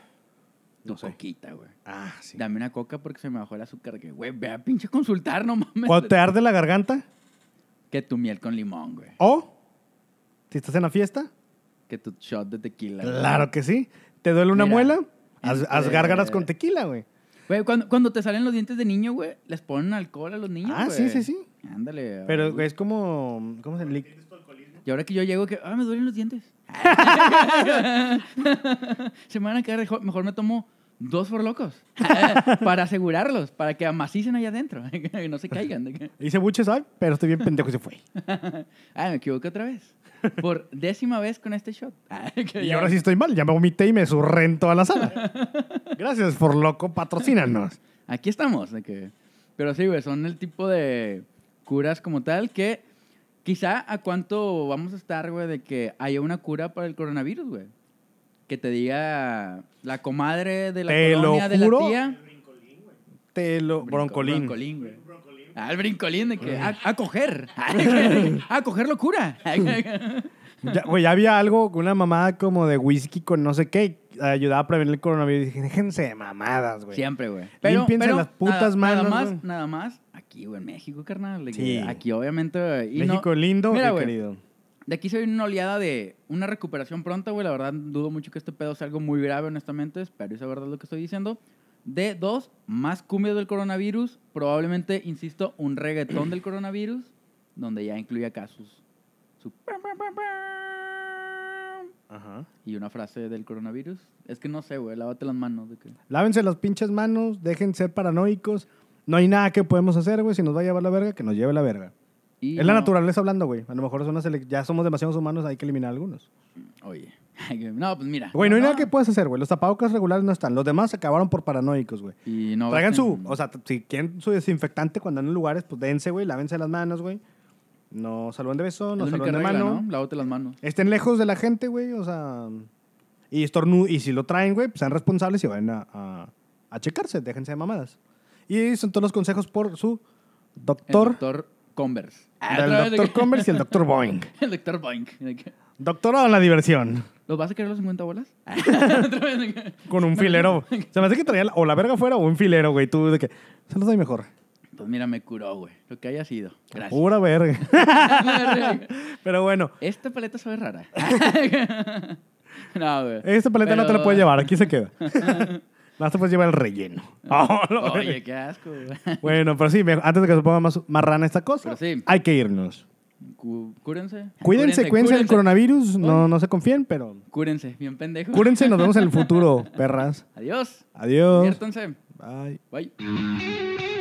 Tu No sé. coquita, güey. Ah, sí. Dame una coca porque se me bajó el azúcar. Que, güey, ve a pinche consultar, no mames. Cuando te arde la garganta Que tu miel con limón, güey. o si estás en la fiesta, Que tu shot de tequila. güey. claro que sí. ¿Te duele una Mira, muela? Haz, haz este- gárgaras con tequila, güey. Güey, cuando, cuando te salen los dientes de niño, güey, les ponen alcohol a los niños, Ah, güey. sí, sí, sí. Ándale. Pero güey. es como ¿cómo se llama? ¿Tienes tu alcoholismo? Y ahora que yo llego, que, ah, me duelen los dientes. Se me van a quedar, mejor, mejor me tomo dos forlocos. para asegurarlos, para que amacicen allá adentro. que no se caigan. Hice buches, ¿sabes? Pero estoy bien pendejo y se fue. Ah, me equivoqué otra vez. Por décima vez con este shot. Que Y ya- ahora sí estoy mal, ya me vomité y me surré en toda la sala. Gracias, por loco, patrocínanos. aquí estamos. de que- Pero sí, güey, son el tipo de curas como tal que quizá a cuánto vamos a estar, güey, de que haya una cura para el coronavirus, güey. Que te diga la comadre de la Te lo colonia, de la juro. tía. Te lo Brinco- broncolín. Broncolín, güey. Ah, el brincolín de que a, a coger. Ah, a coger locura. Ya, güey, ya había algo, una mamada como de whisky con no sé qué, ayudaba a prevenir el coronavirus. Dije, déjense de mamadas, güey. Siempre, güey. Límpiense las putas nada, manos, Nada más, güey. nada más. Aquí, güey, en México, carnal. de que Sí. Aquí, obviamente. y no- México lindo Mira, y güey, querido. De aquí se viene una oleada de una recuperación pronta, güey. La verdad, dudo mucho que este pedo sea algo muy grave, honestamente. Espero y sea verdad lo que estoy diciendo. De dos, más cumbias del coronavirus. Probablemente, insisto, un reggaetón del coronavirus, donde ya incluye acá sus. su pam, pam, pam, pam, Ajá. Y una frase del coronavirus. Es que no sé, güey. Lávate las manos. De que... Lávense las pinches manos, dejen ser paranoicos. No hay nada que podemos hacer, güey. Si nos va a llevar la verga, que nos lleve la verga. Y es la no- naturaleza hablando, güey. A lo mejor son las ele- ya somos demasiados humanos, hay que eliminar algunos. Oye. Ay, güey, No, pues mira. Güey, no, hay nada que puedas hacer, güey. Los tapabocas regulares no están. Los demás se acabaron por paranoicos, güey. Y no Traigan su, gasten- o sea, t- si quieren su desinfectante cuando anden en lugares, pues dense, güey, lávense las manos, güey. No saluden de beso, es no la única saluden de regla, mano. ¿no? Lávate las manos. Estén lejos de la gente, güey, o sea. Y estornu y si lo traen, güey, pues sean responsables y vayan a, a, a checarse, déjense de mamadas. Y son todos los consejos por su El doctor, doctor Converse. Ah, del otra vez de doctor que- Converse y el doctor Boeing. El doctor Boink. De que, Doctorado en la diversión. ¿Los vas a querer los 50 bolas? Ah, otra vez de que- Con un filero. Se me hace que traía la- o la verga fuera o un filero, güey. Tú de que se los doy mejor. Pues mira, me curó, güey. Lo que haya sido. Gracias. Pura verga. Pero bueno, Esta paleta sabe rara. no, güey. esta paleta no te la Pero- puedes llevar. Aquí se queda. No te puedes llevar el relleno. Oh, la verga. Ah. Oye, qué asco, güey. Bueno, pero sí, me- antes de que se ponga más, más rana esta cosa, Pero sí. hay que irnos. Cu- Cúrense. Cuídense, cuídense del coronavirus. Oh. No, no se confíen, pero Cúrense, bien pendejo. cúrense. Nos vemos en el futuro, perras. Adiós. Adiós. Diviértanse. Bye. Bye.